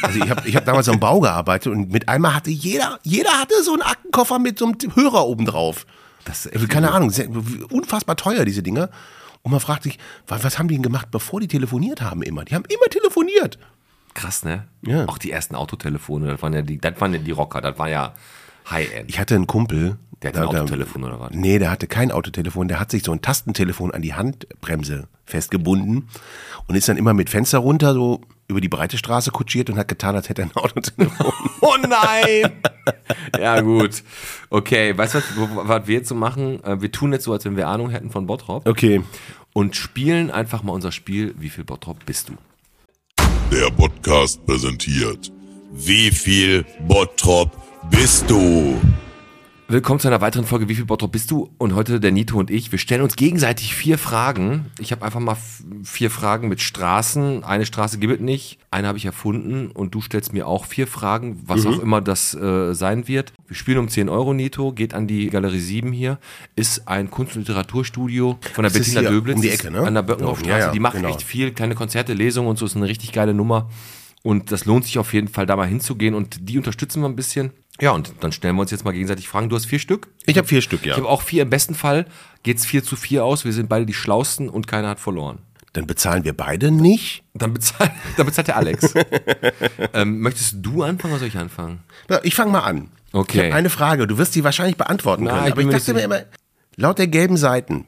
Also ich habe ich hab damals am Bau gearbeitet und mit einmal hatte jeder, jeder hatte so einen Aktenkoffer mit so einem Hörer obendrauf. Das ist Also keine Ahnung, sehr, unfassbar teuer diese Dinger. Und man fragt sich, wa- was haben die denn gemacht, bevor die telefoniert haben immer? Die haben immer telefoniert. Krass, ne? Ja. Auch die ersten Autotelefone, das waren ja die, das waren ja die Rocker, das war ja High-End. <laughs> Ich hatte einen Kumpel. Der hatte ein Autotelefon oder was? Nee, der hatte kein Autotelefon. Der hat sich so ein Tastentelefon an die Handbremse festgebunden und ist dann immer mit Fenster runter so über die breite Straße kutschiert und hat getan, als hätte er ein <laughs> Autotelefon. Oh nein! <laughs> ja, gut. Okay, weißt du, was, wo- was wir jetzt so machen? Äh, Wir tun jetzt so, als wenn wir Ahnung hätten von Bottrop okay. und spielen einfach mal unser Spiel, wie viel Bottrop bist du? Der Podcast präsentiert. Wie viel Bottrop bist du? Willkommen zu einer weiteren Folge Wie viel Bottrop bist du? Und heute der Nito und ich, wir stellen uns gegenseitig vier Fragen. Ich habe einfach mal f- vier Fragen mit Straßen. Eine Straße gibt es nicht, eine habe ich erfunden und du stellst mir auch vier Fragen, Mhm. was auch immer das äh, sein wird. Wir spielen um 10 Euro, Nito, geht an die Galerie 7 hier, ist ein Kunst- und Literaturstudio von der Das ist Bettina hier Döblitz um die Ecke, ne? an der Böckenhofstraße. Ja, ja, die macht genau. echt viel, kleine Konzerte, Lesungen und so, ist eine richtig geile Nummer. Und das lohnt sich auf jeden Fall, da mal hinzugehen und die unterstützen wir ein bisschen. Ja, und dann stellen wir uns jetzt mal gegenseitig Fragen. Du hast vier Stück? Ich habe vier Stück, ja. Ich habe auch vier. Im besten Fall geht's vier zu vier aus. Wir sind beide die Schlausten und keiner hat verloren. Dann bezahlen wir beide nicht. Dann bezahlt, <laughs> dann bezahlt der <laughs> Alex. ähm, möchtest du anfangen oder soll ich anfangen? Na, ich fange mal an. Okay. Ich hab eine Frage, du wirst die wahrscheinlich beantworten Na, können. ich aber bin ich mir dachte nicht mir immer, laut der gelben Seiten,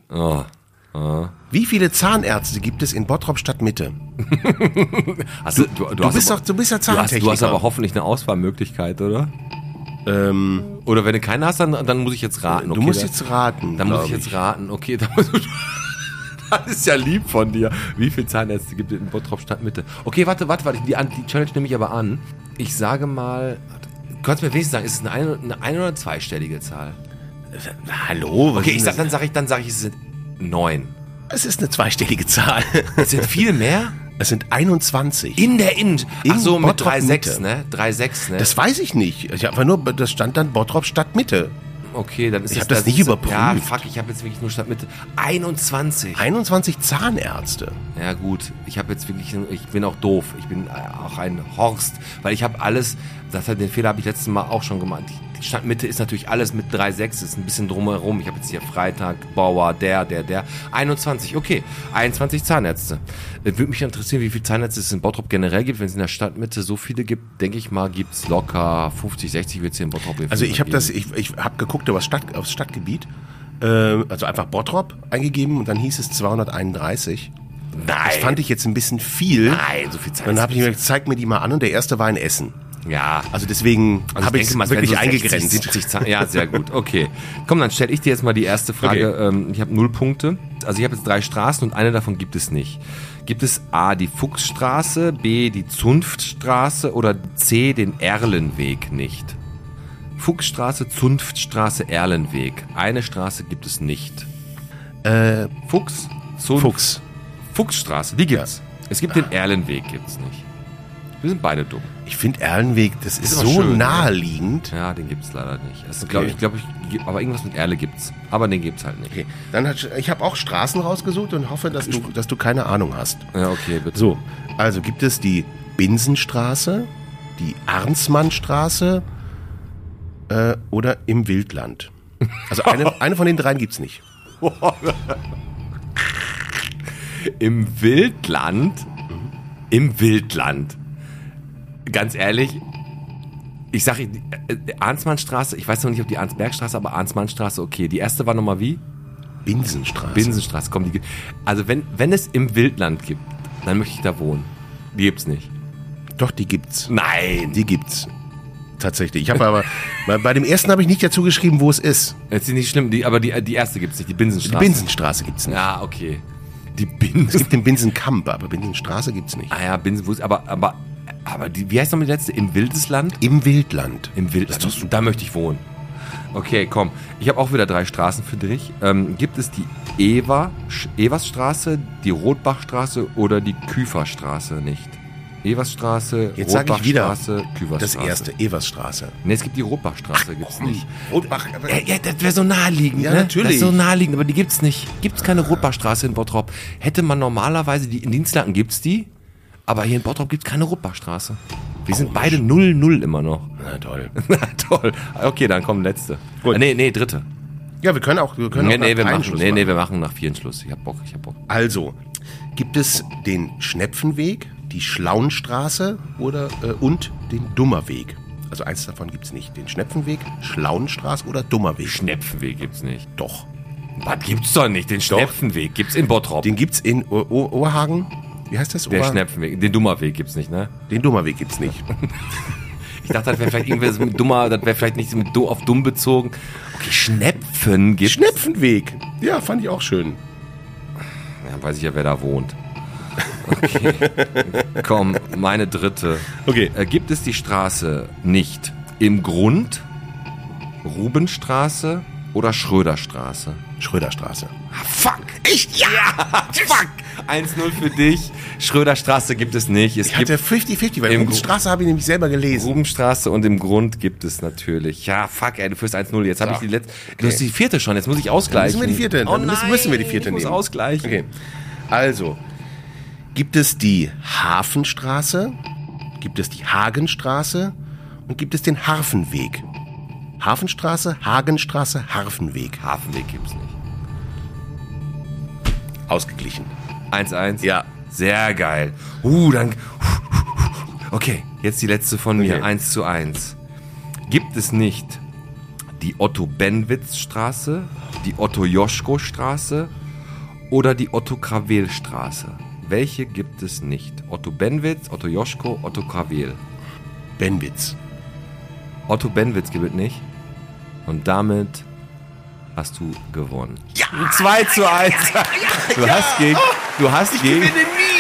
Oh. wie viele Zahnärzte gibt es in Bottrop Stadt Mitte? Hast du, du, Also, du bist aber, doch- du bist ja du hast, du hast Zahntechniker. aber hoffentlich eine Auswahlmöglichkeit, oder? Ähm, Oder wenn du keine hast, dann, dann muss ich jetzt raten. du okay, musst dann- jetzt raten. Dann muss glaub ich jetzt raten. Okay, <laughs> dann musst du, das ist ja lieb von dir. Wie viele Zahnärzte gibt es in Bottrop Stadtmitte? Okay, warte, warte, warte. Die, an- die Challenge nehme ich aber an. Ich sage mal, warte, kannst du mir wenigstens sagen, ist es eine ein, eine ein oder zweistellige Zahl? Hallo? Was Okay, ist ich denn sag, dann sage ich, dann sage ich, es sind neun. das? Es ist <laughs> eine zweistellige Zahl. Es sind viel mehr Es sind 21. in der <laughs> Int. Ach In so, mit Bottrop drei sechs, Mitte. ne? Drei sechs, ne? Das weiß ich nicht. Ich habe einfach nur, das stand dann Bottrop Stadt Mitte. okay, dann ist Ich hab das nicht ist- überprüft. Ja, fuck, ich habe jetzt wirklich nur Stadtmitte 21. 21 Zahnärzte. Ja gut, ich habe jetzt wirklich, ich bin auch doof. Ich bin äh, auch ein Horst, weil ich habe alles, das hat, den Fehler habe ich letztes Mal auch schon gemacht. Die- Die Stadtmitte ist natürlich alles mit 3,6, ist ein bisschen drumherum. Ich habe jetzt hier Freitag, Bauer, der, der, der. 21, okay, 21 Zahnärzte. Äh, Würde mich interessieren, wie viele Zahnärzte es in Bottrop generell gibt. Wenn es in der Stadtmitte so viele gibt, denke ich mal, gibt es locker 50, 60 wird es hier in Bottrop. auf Also jeden ich Fall habe das, geben. ich, ich habe geguckt aufs, Stadt, aufs Stadtgebiet. Ähm, also einfach Bottrop eingegeben und dann hieß es 231. Nein, Das fand ich jetzt ein bisschen viel. nein, so viel Dann Zahnärzte. habe ich mir gesagt, zeig mir die mal an und der erste war in Essen. ja, Also deswegen Also habe ich denke mal, es es werden wirklich so 60, eingegrenzt. 70 Zahlen. Ja, sehr gut. Okay. Komm, dann stelle ich dir jetzt mal die erste Frage. Ähm, ich habe null Punkte. Also ich habe jetzt drei Straßen und eine davon gibt es nicht. Gibt es A, die Fuchsstraße, B, die Zunftstraße oder C, den Erlenweg nicht? Fuchsstraße, Zunftstraße, Erlenweg. Eine Straße gibt es nicht. Äh, Fuchs, Zunft, Fuchs. Fuchsstraße, die gibt's. Es gibt den Erlenweg, gibt's nicht. Wir sind beide dumm. Ich finde Erlenweg, das ist, Ist aber so schön, ja. naheliegend. Ja, den gibt's leider nicht. Also, Okay. glaub ich glaube, ich, aber irgendwas mit Erle gibt's. Aber den gibt's halt nicht. Okay, dann hat, ich habe auch Straßen rausgesucht und hoffe, dass du, dass du keine Ahnung hast. Ja, okay, bitte. So, also gibt es die Binsenstraße, die Arnsmannstraße äh, oder im Wildland. <laughs> Also eine, eine von den dreien gibt's nicht. Also Im Wildland? Im Wildland. Ganz ehrlich, ich sage, Arnsmannstraße, ich weiß noch nicht, ob die Arnsbergstraße, aber Arnsmannstraße, okay. Die erste war nochmal wie? Binsenstraße. Binsenstraße, komm, die gibt. Also, wenn, wenn es im Wildland gibt, dann möchte ich da wohnen. Die gibt's nicht. Doch, die gibt's. Nein! Die gibt's. Tatsächlich. Ich habe aber bei, bei dem ersten habe ich nicht dazu geschrieben, wo es ist. Das ist nicht schlimm, die, aber die, die erste gibt's nicht, die Die Binsenstraße. Binsenstraße gibt's nicht. Ja, okay. Die Es Binsen. gibt den Binsenkamp, aber Binsenstraße gibt's nicht. Ah ja, Binsenfuß, aber, aber, aber die, wie heißt nochmal die letzte? Im Wildesland? Im Wildland. Im Wildesland. Da möchte ich wohnen. Okay, komm. Ich habe auch wieder drei Straßen für dich. Ähm, gibt es die Eva, Sch- Eversstraße, die Rotbachstraße oder die Küferstraße nicht? Eversstraße, Jetzt sage ich wieder Rotbachstraße, das Küferstraße. erste, Eversstraße. Ne, es gibt die Rotbachstraße, gibt's nicht. Rotbach. Ja, ja, das wäre so naheliegend, Ja, ne? natürlich. Das ist so naheliegend, aber die gibt's nicht. Gibt's keine Rotbachstraße in Bottrop. Hätte man normalerweise, die, in Dienstlaken gibt's die, aber hier in Bottrop gibt's keine Rotbachstraße. Wir sind beide 0-0 immer noch. <laughs> Na toll. Na toll. Okay, dann kommen letzte. Gut. Ah, Nee, nee, dritte. Ja, wir können auch, wir können Nee, auch nach nee, wir einem machen, Schluss nee, nee, machen. wir machen nach vier einen Schluss. Ich hab Bock, ich hab Bock. Also, gibt es den Schnepfenweg, die Schlaunstraße oder, äh, und den Dummerweg? Also eins davon gibt es nicht. Den Schnepfenweg, Schlaunstraße oder Dummerweg? Schnepfenweg gibt's nicht. Doch. Was gibt's doch nicht? Den Schnepfenweg gibt's in Bottrop. Den gibt es in o o Ohrhagen. Wie heißt das? Der Ohrhagen? Schnepfenweg, den Dummerweg gibt's nicht, ne? Den Dummerweg gibt es <laughs> nicht. Ich dachte, das wäre vielleicht irgendwas mit dummer, das wäre vielleicht nicht mit du, auf dumm bezogen. Okay, Schnepfen gibt's. Schnepfenweg. Ja, fand ich auch schön. Ja, weiß ich ja, wer da wohnt. Okay. Komm, meine dritte. Okay. Äh, gibt es die Straße nicht im Grund, Rubenstraße oder Schröderstraße? Schröderstraße. Ah, fuck! Echt? Ja! fuck! 1-0 für dich. Schröderstraße gibt es nicht. Es Ich hatte gibt 50-50, weil Im die Straße habe ich nämlich selber gelesen. Rubenstraße und im Grund gibt es natürlich. Ja, fuck, ey, du führst 1-0. Jetzt habe ich die letzte. Du hast die vierte schon, jetzt muss ich ausgleichen. Müssen wir die vierte? Oh Dann müssen, nein, müssen wir die vierte ich muss nehmen. ausgleichen. Okay. Also, gibt es die Hafenstraße, gibt es die Hagenstraße und gibt es den Harfenweg? Hafenstraße, Hagenstraße, Harfenweg. Hafenweg gibt's nicht. Ausgeglichen. 1-1. Ja. Sehr geil. Uh, dann. Okay, jetzt die letzte von Okay. mir. 1 zu 1. Gibt es nicht die Otto-Benwitz-Straße, die Otto-Joschko-Straße oder die Otto-Krawel-Straße? Welche gibt es nicht? Otto Benwitz, Otto Joschko, Otto Krawel. Benwitz. Otto Benwitz gibt es nicht. Und damit hast du gewonnen. Ja! 2 zu 1. Du hast gegen. Du hast gegen. nie!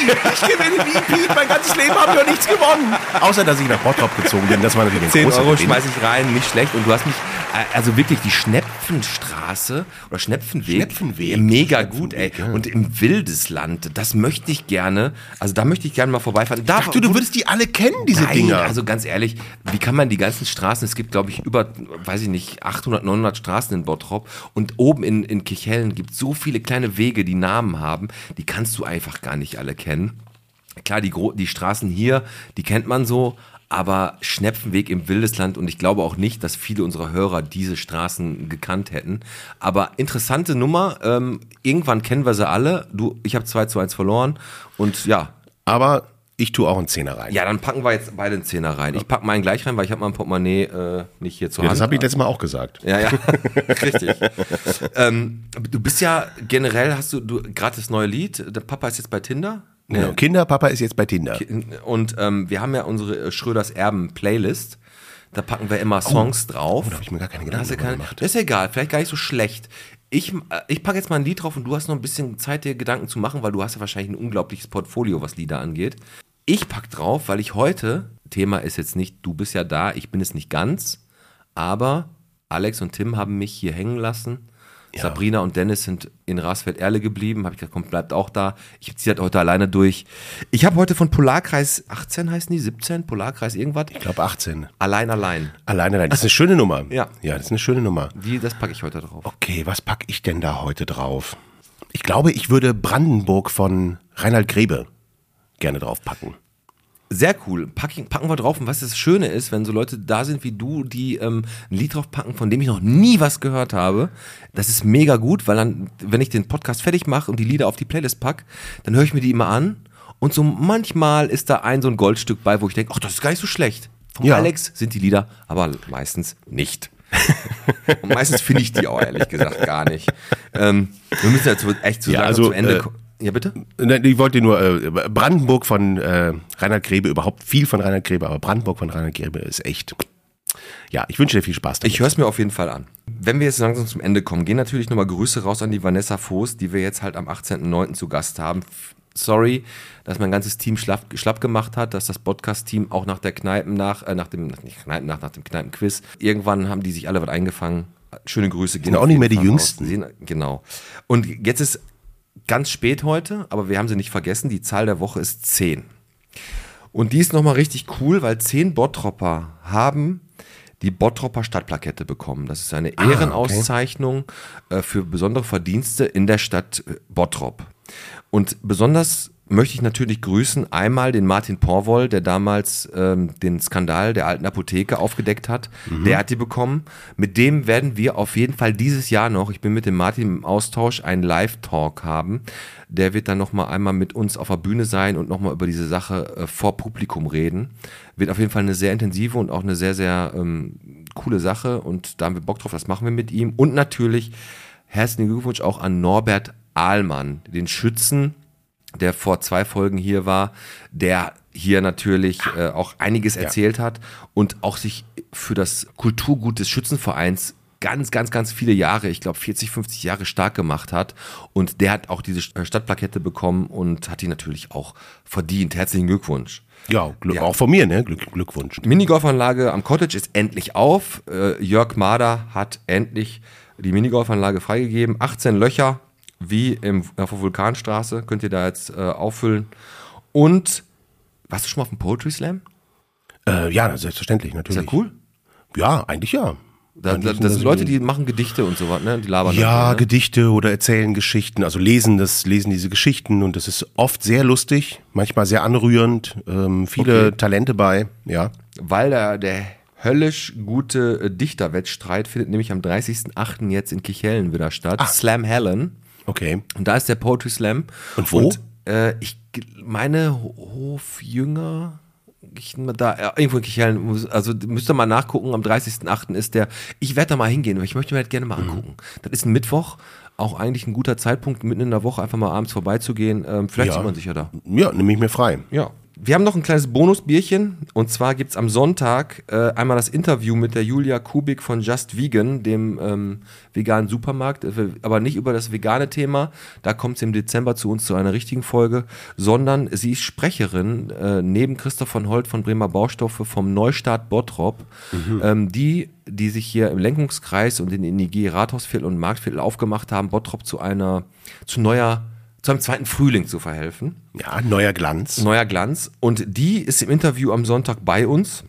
Ich gewinne nie, <laughs> Piet! Mein ganzes Leben habe ich noch nichts gewonnen! Außer, dass ich nach Bottrop gezogen bin. Das war natürlich ein 10 großer Euro Gewinn. schmeiß ich rein, nicht schlecht. Und du hast mich, äh, also wirklich die Schnepfenstraße oder Schnepfenweg. Schnepfenweg. Mega gut, ey. Schnepfenweg, ja. Und im Wildesland, das möchte ich gerne, also da möchte ich gerne mal vorbeifahren. Da, Ach du, du würdest die alle kennen, diese Nein, Dinger. also ganz ehrlich, wie kann man die ganzen Straßen, es gibt glaube ich über, weiß ich nicht, 800, 900 Straßen in Bottrop und oben in, in Kichellen gibt es so viele kleine Wege, die Namen haben, die kannst du einfach gar nicht alle kennen. Klar, die, gro- die Straßen hier, die kennt man so, aber Schnepfenweg im Wildesland und ich glaube auch nicht, dass viele unserer Hörer diese Straßen gekannt hätten. Aber interessante Nummer, ähm, irgendwann kennen wir sie alle. Du, ich habe 2 zu 1 verloren und ja, Aber ich tue auch einen Zehner rein. ja, dann packen wir jetzt beide einen Zehner rein. Ich pack meinen gleich rein, weil ich habe mein Portemonnaie äh, nicht hier zu Ja, Hause. das habe ich letztes Mal auch gesagt. Ja, ja, <laughs> richtig. ähm, du bist ja generell, hast du, du gerade das neue Lied, der Papa ist jetzt bei Tinder. Genau. Kinderpapa ist jetzt bei Tinder. Und ähm, wir haben ja unsere äh, Schröders Erben-Playlist. Da packen wir immer Songs drauf. Oh. da hab ich mir gar keine Da hast du Gedanken drüber keine- gemacht. Das ist egal, vielleicht gar nicht so schlecht. Ich, äh, ich packe jetzt mal ein Lied drauf und du hast noch ein bisschen Zeit, dir Gedanken zu machen, weil du hast ja wahrscheinlich ein unglaubliches Portfolio, was Lieder angeht. Ich pack drauf, weil ich heute, Thema ist jetzt nicht, du bist ja da, ich bin es nicht ganz, aber Alex und Tim haben mich hier hängen lassen. Sabrina und Dennis sind in Rasfeld-Erle geblieben. Habe ich gesagt, komm, bleibt auch da. Ich ziehe das heute alleine durch. Ich habe heute von Polarkreis 18 heißen die, 17, Polarkreis irgendwas. Ich glaube 18. Allein, allein. Alleine, allein. Das ist eine schöne Nummer. Ja. Ja, das ist eine schöne Nummer. Die, das packe ich heute drauf. Okay, was packe ich denn da heute drauf? Ich glaube, ich würde Brandenburg von Reinhard Grebe gerne draufpacken. Sehr cool. Pack, packen wir drauf. Und was das Schöne ist, wenn so Leute da sind wie du, die ähm, ein Lied drauf packen, von dem ich noch nie was gehört habe, das ist mega gut, weil dann, wenn ich den Podcast fertig mache und die Lieder auf die Playlist pack, dann höre ich mir die immer an. Und so manchmal ist da ein so ein Goldstück bei, wo ich denke, ach, das ist gar nicht so schlecht. Vom Ja. Alex sind die Lieder, aber meistens nicht. <laughs> und meistens finde ich die auch ehrlich gesagt gar nicht. Ähm, wir müssen ja zu, echt zu Ja, langsam also, zum Ende äh, kommen. Ja, bitte? Nein, Ich wollte nur äh, Brandenburg von äh, Reinhard Grebe, überhaupt viel von Reinhard Grebe, aber Brandenburg von Reinhard Grebe ist echt. Ja, ich wünsche dir viel Spaß damit. Ich höre es mir auf jeden Fall an. Wenn wir jetzt langsam zum Ende kommen, gehen natürlich nochmal Grüße raus an die Vanessa Voß, die wir jetzt halt am 18.09. zu Gast haben. F- Sorry, dass mein ganzes Team schlapp, schlapp gemacht hat, dass das Podcast-Team auch nach der Kneipen nach, äh, nach dem, nach, nicht Kneipen nach, nach dem Kneipenquiz, irgendwann haben die sich alle was eingefangen. Schöne Grüße. Gehen auch auf nicht jeden mehr die Fall raus. Jüngsten. Sehen- Genau. Und jetzt ist ganz spät heute, aber wir haben sie nicht vergessen, die Zahl der Woche ist 10. Und die ist nochmal richtig cool, weil zehn Bottropper haben die Bottropper Stadtplakette bekommen. Das ist eine Ehrenauszeichnung äh, für besondere Verdienste in der Stadt äh, Bottrop. Und besonders möchte ich natürlich grüßen einmal den Martin Porwoll, der damals ähm, den Skandal der alten Apotheke aufgedeckt hat. Der hat die bekommen. Mit dem werden wir auf jeden Fall dieses Jahr noch, ich bin mit dem Martin im Austausch, einen Live-Talk haben. Der wird dann nochmal einmal mit uns auf der Bühne sein und nochmal über diese Sache äh, vor Publikum reden. Wird auf jeden Fall eine sehr intensive und auch eine sehr, sehr ähm, coole Sache und da haben wir Bock drauf, das machen wir mit ihm. Und natürlich herzlichen Glückwunsch auch an Norbert Ahlmann, den Schützen, der vor zwei Folgen hier war, der hier natürlich äh, auch einiges erzählt hat und auch sich für das Kulturgut des Schützenvereins ganz, ganz, ganz viele Jahre, ich glaube 40, 50 Jahre stark gemacht hat. Und der hat auch diese äh, Stadtplakette bekommen und hat die natürlich auch verdient. Herzlichen Glückwunsch. ja, Glück, Ja. auch von mir, ne? Glück, Glückwunsch. Minigolfanlage am Cottage ist endlich auf. Äh, Jörg Mader hat endlich die Minigolfanlage freigegeben. 18 Löcher, wie im, auf der Vulkanstraße, könnt ihr da jetzt äh, auffüllen. Und warst du schon mal auf dem Poetry Slam? Äh, ja, selbstverständlich, natürlich. Ist ja cool. Ja, eigentlich ja. Da, da, das sind Leute, die machen Gedichte und so was, ne? Die labern. Ja, dann, ne? Gedichte oder erzählen Geschichten, also lesen das, lesen diese Geschichten und das ist oft sehr lustig, manchmal sehr anrührend, ähm, viele Okay. Talente bei, ja. Weil da der höllisch gute äh, Dichterwettstreit findet nämlich am 30.08. jetzt in Kichellen wieder statt. Slam Helen. Okay. Und da ist der Poetry Slam. Und wo? Äh, ich g- meine Ho- Hofjünger. Ich, da, ja, irgendwo in Kichellen, muss- also müsst ihr mal nachgucken, am 30.08. ist der, ich werde da mal hingehen, weil ich möchte mir das gerne mal Mhm. angucken. Das ist ein Mittwoch, auch eigentlich ein guter Zeitpunkt, mitten in der Woche einfach mal abends vorbeizugehen. Ähm, vielleicht Ja. sieht man sich ja da. Ja, nehme ich mir frei. Ja. Wir haben noch ein kleines Bonusbierchen. Und zwar gibt es am Sonntag äh, einmal das Interview mit der Julia Kubik von Just Vegan, dem ähm, veganen Supermarkt. Äh, Aber nicht über das vegane Thema. Da kommt sie im Dezember zu uns zu einer richtigen Folge. Sondern sie ist Sprecherin äh, neben Christoph von Holt von Bremer Baustoffe vom Neustart Bottrop. Ähm, die, die sich hier im Lenkungskreis und in den IG Rathausviertel und Marktviertel aufgemacht haben, Bottrop zu einer, zu neuer, zu einem zweiten Frühling zu verhelfen. Ja, neuer Glanz. Neuer Glanz. Und die ist im Interview am Sonntag bei uns.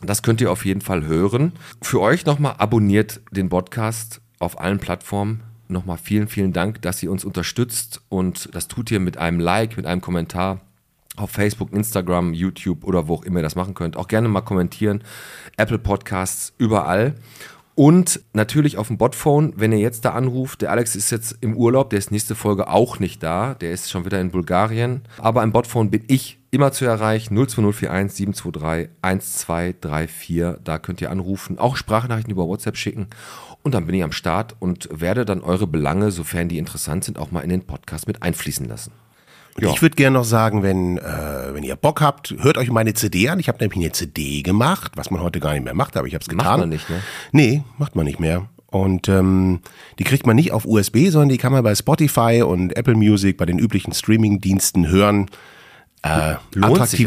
Das könnt ihr auf jeden Fall hören. Für euch nochmal abonniert den Podcast auf allen Plattformen. Nochmal vielen, vielen Dank, dass ihr uns unterstützt. Und das tut ihr mit einem Like, mit einem Kommentar auf Facebook, Instagram, YouTube oder wo auch immer ihr das machen könnt. Auch gerne mal kommentieren. Apple Podcasts, überall. Und natürlich auf dem Botphone, wenn ihr jetzt da anruft, der Alex ist jetzt im Urlaub, der ist nächste Folge auch nicht da, der ist schon wieder in Bulgarien. Aber im Botphone bin ich immer zu erreichen, 02041 723 1234, da könnt ihr anrufen, auch Sprachnachrichten über WhatsApp schicken. Und dann bin ich am Start und werde dann eure Belange, sofern die interessant sind, auch mal in den Podcast mit einfließen lassen. Und ich würde gerne noch sagen, wenn, äh, wenn ihr Bock habt, hört euch meine CD an. Ich habe nämlich eine CD gemacht, was man heute gar nicht mehr macht, aber ich habe es getan. Macht man nicht, ne? Nee, macht man nicht mehr. Und ähm, die kriegt man nicht auf USB, sondern die kann man bei Spotify und Apple Music, bei den üblichen Streaming-Diensten hören. Äh, Lohnt sich auf jeden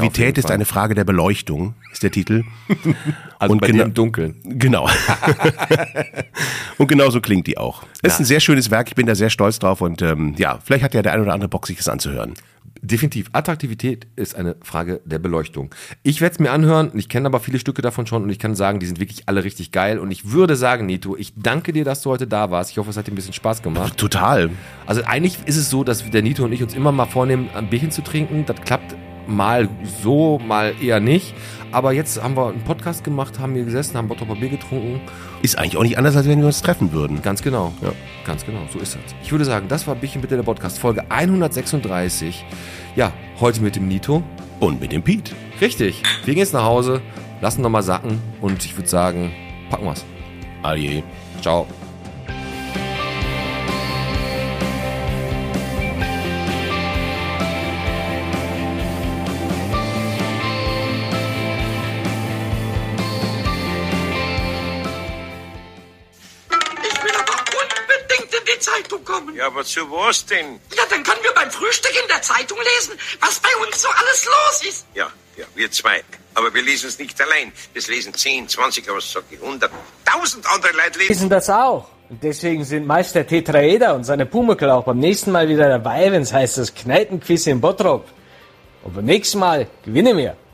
Attraktivität ist Fall. eine Frage der Beleuchtung, ist der Titel. Also Und bei dir genau- im Dunkeln. <laughs> Genau. und genau so klingt die auch. Ist ein sehr schönes Werk, ich bin da sehr stolz drauf und ähm, ja, vielleicht hat ja der ein oder andere Bock, sich das anzuhören. Definitiv. Attraktivität ist eine Frage der Beleuchtung. Ich werde es mir anhören. Ich kenne aber viele Stücke davon schon und ich kann sagen, die sind wirklich alle richtig geil. Und ich würde sagen, Nito, ich danke dir, dass du heute da warst. Ich hoffe, es hat dir ein bisschen Spaß gemacht. Total. Also eigentlich ist es so, dass der Nito und ich uns immer mal vornehmen, ein Bierchen zu trinken. Das klappt mal so, mal eher nicht. Aber jetzt haben wir einen Podcast gemacht, haben hier gesessen, haben Bottroper Bier getrunken. Ist eigentlich auch nicht anders, als wenn wir uns treffen würden. Ganz genau. Ja. Ganz genau, so ist das. Ich würde sagen, das war Bierchen bitte der Podcast, Folge 136. Ja, heute mit dem Nito. Und mit dem Piet. Richtig. Wir gehen jetzt nach Hause, lassen nochmal sacken und ich würde sagen, packen wir's. Adieu. Ciao. Ich will aber unbedingt in die Zeitung kommen. Ja, aber zu was denn? Ja, dann können wir beim Frühstück in der Zeitung lesen, was bei uns so alles los ist. Ja, ja, wir zwei. Aber wir lesen es nicht allein. Das lesen 10, 20, aber sag ich 100, 1000 andere Leute lesen. wissen das auch. Und deswegen sind Meister Tetraeder und seine Pumuckl auch beim nächsten Mal wieder dabei, wenn es heißt das Kneipenquiz in Bottrop. Und beim nächsten Mal gewinnen wir.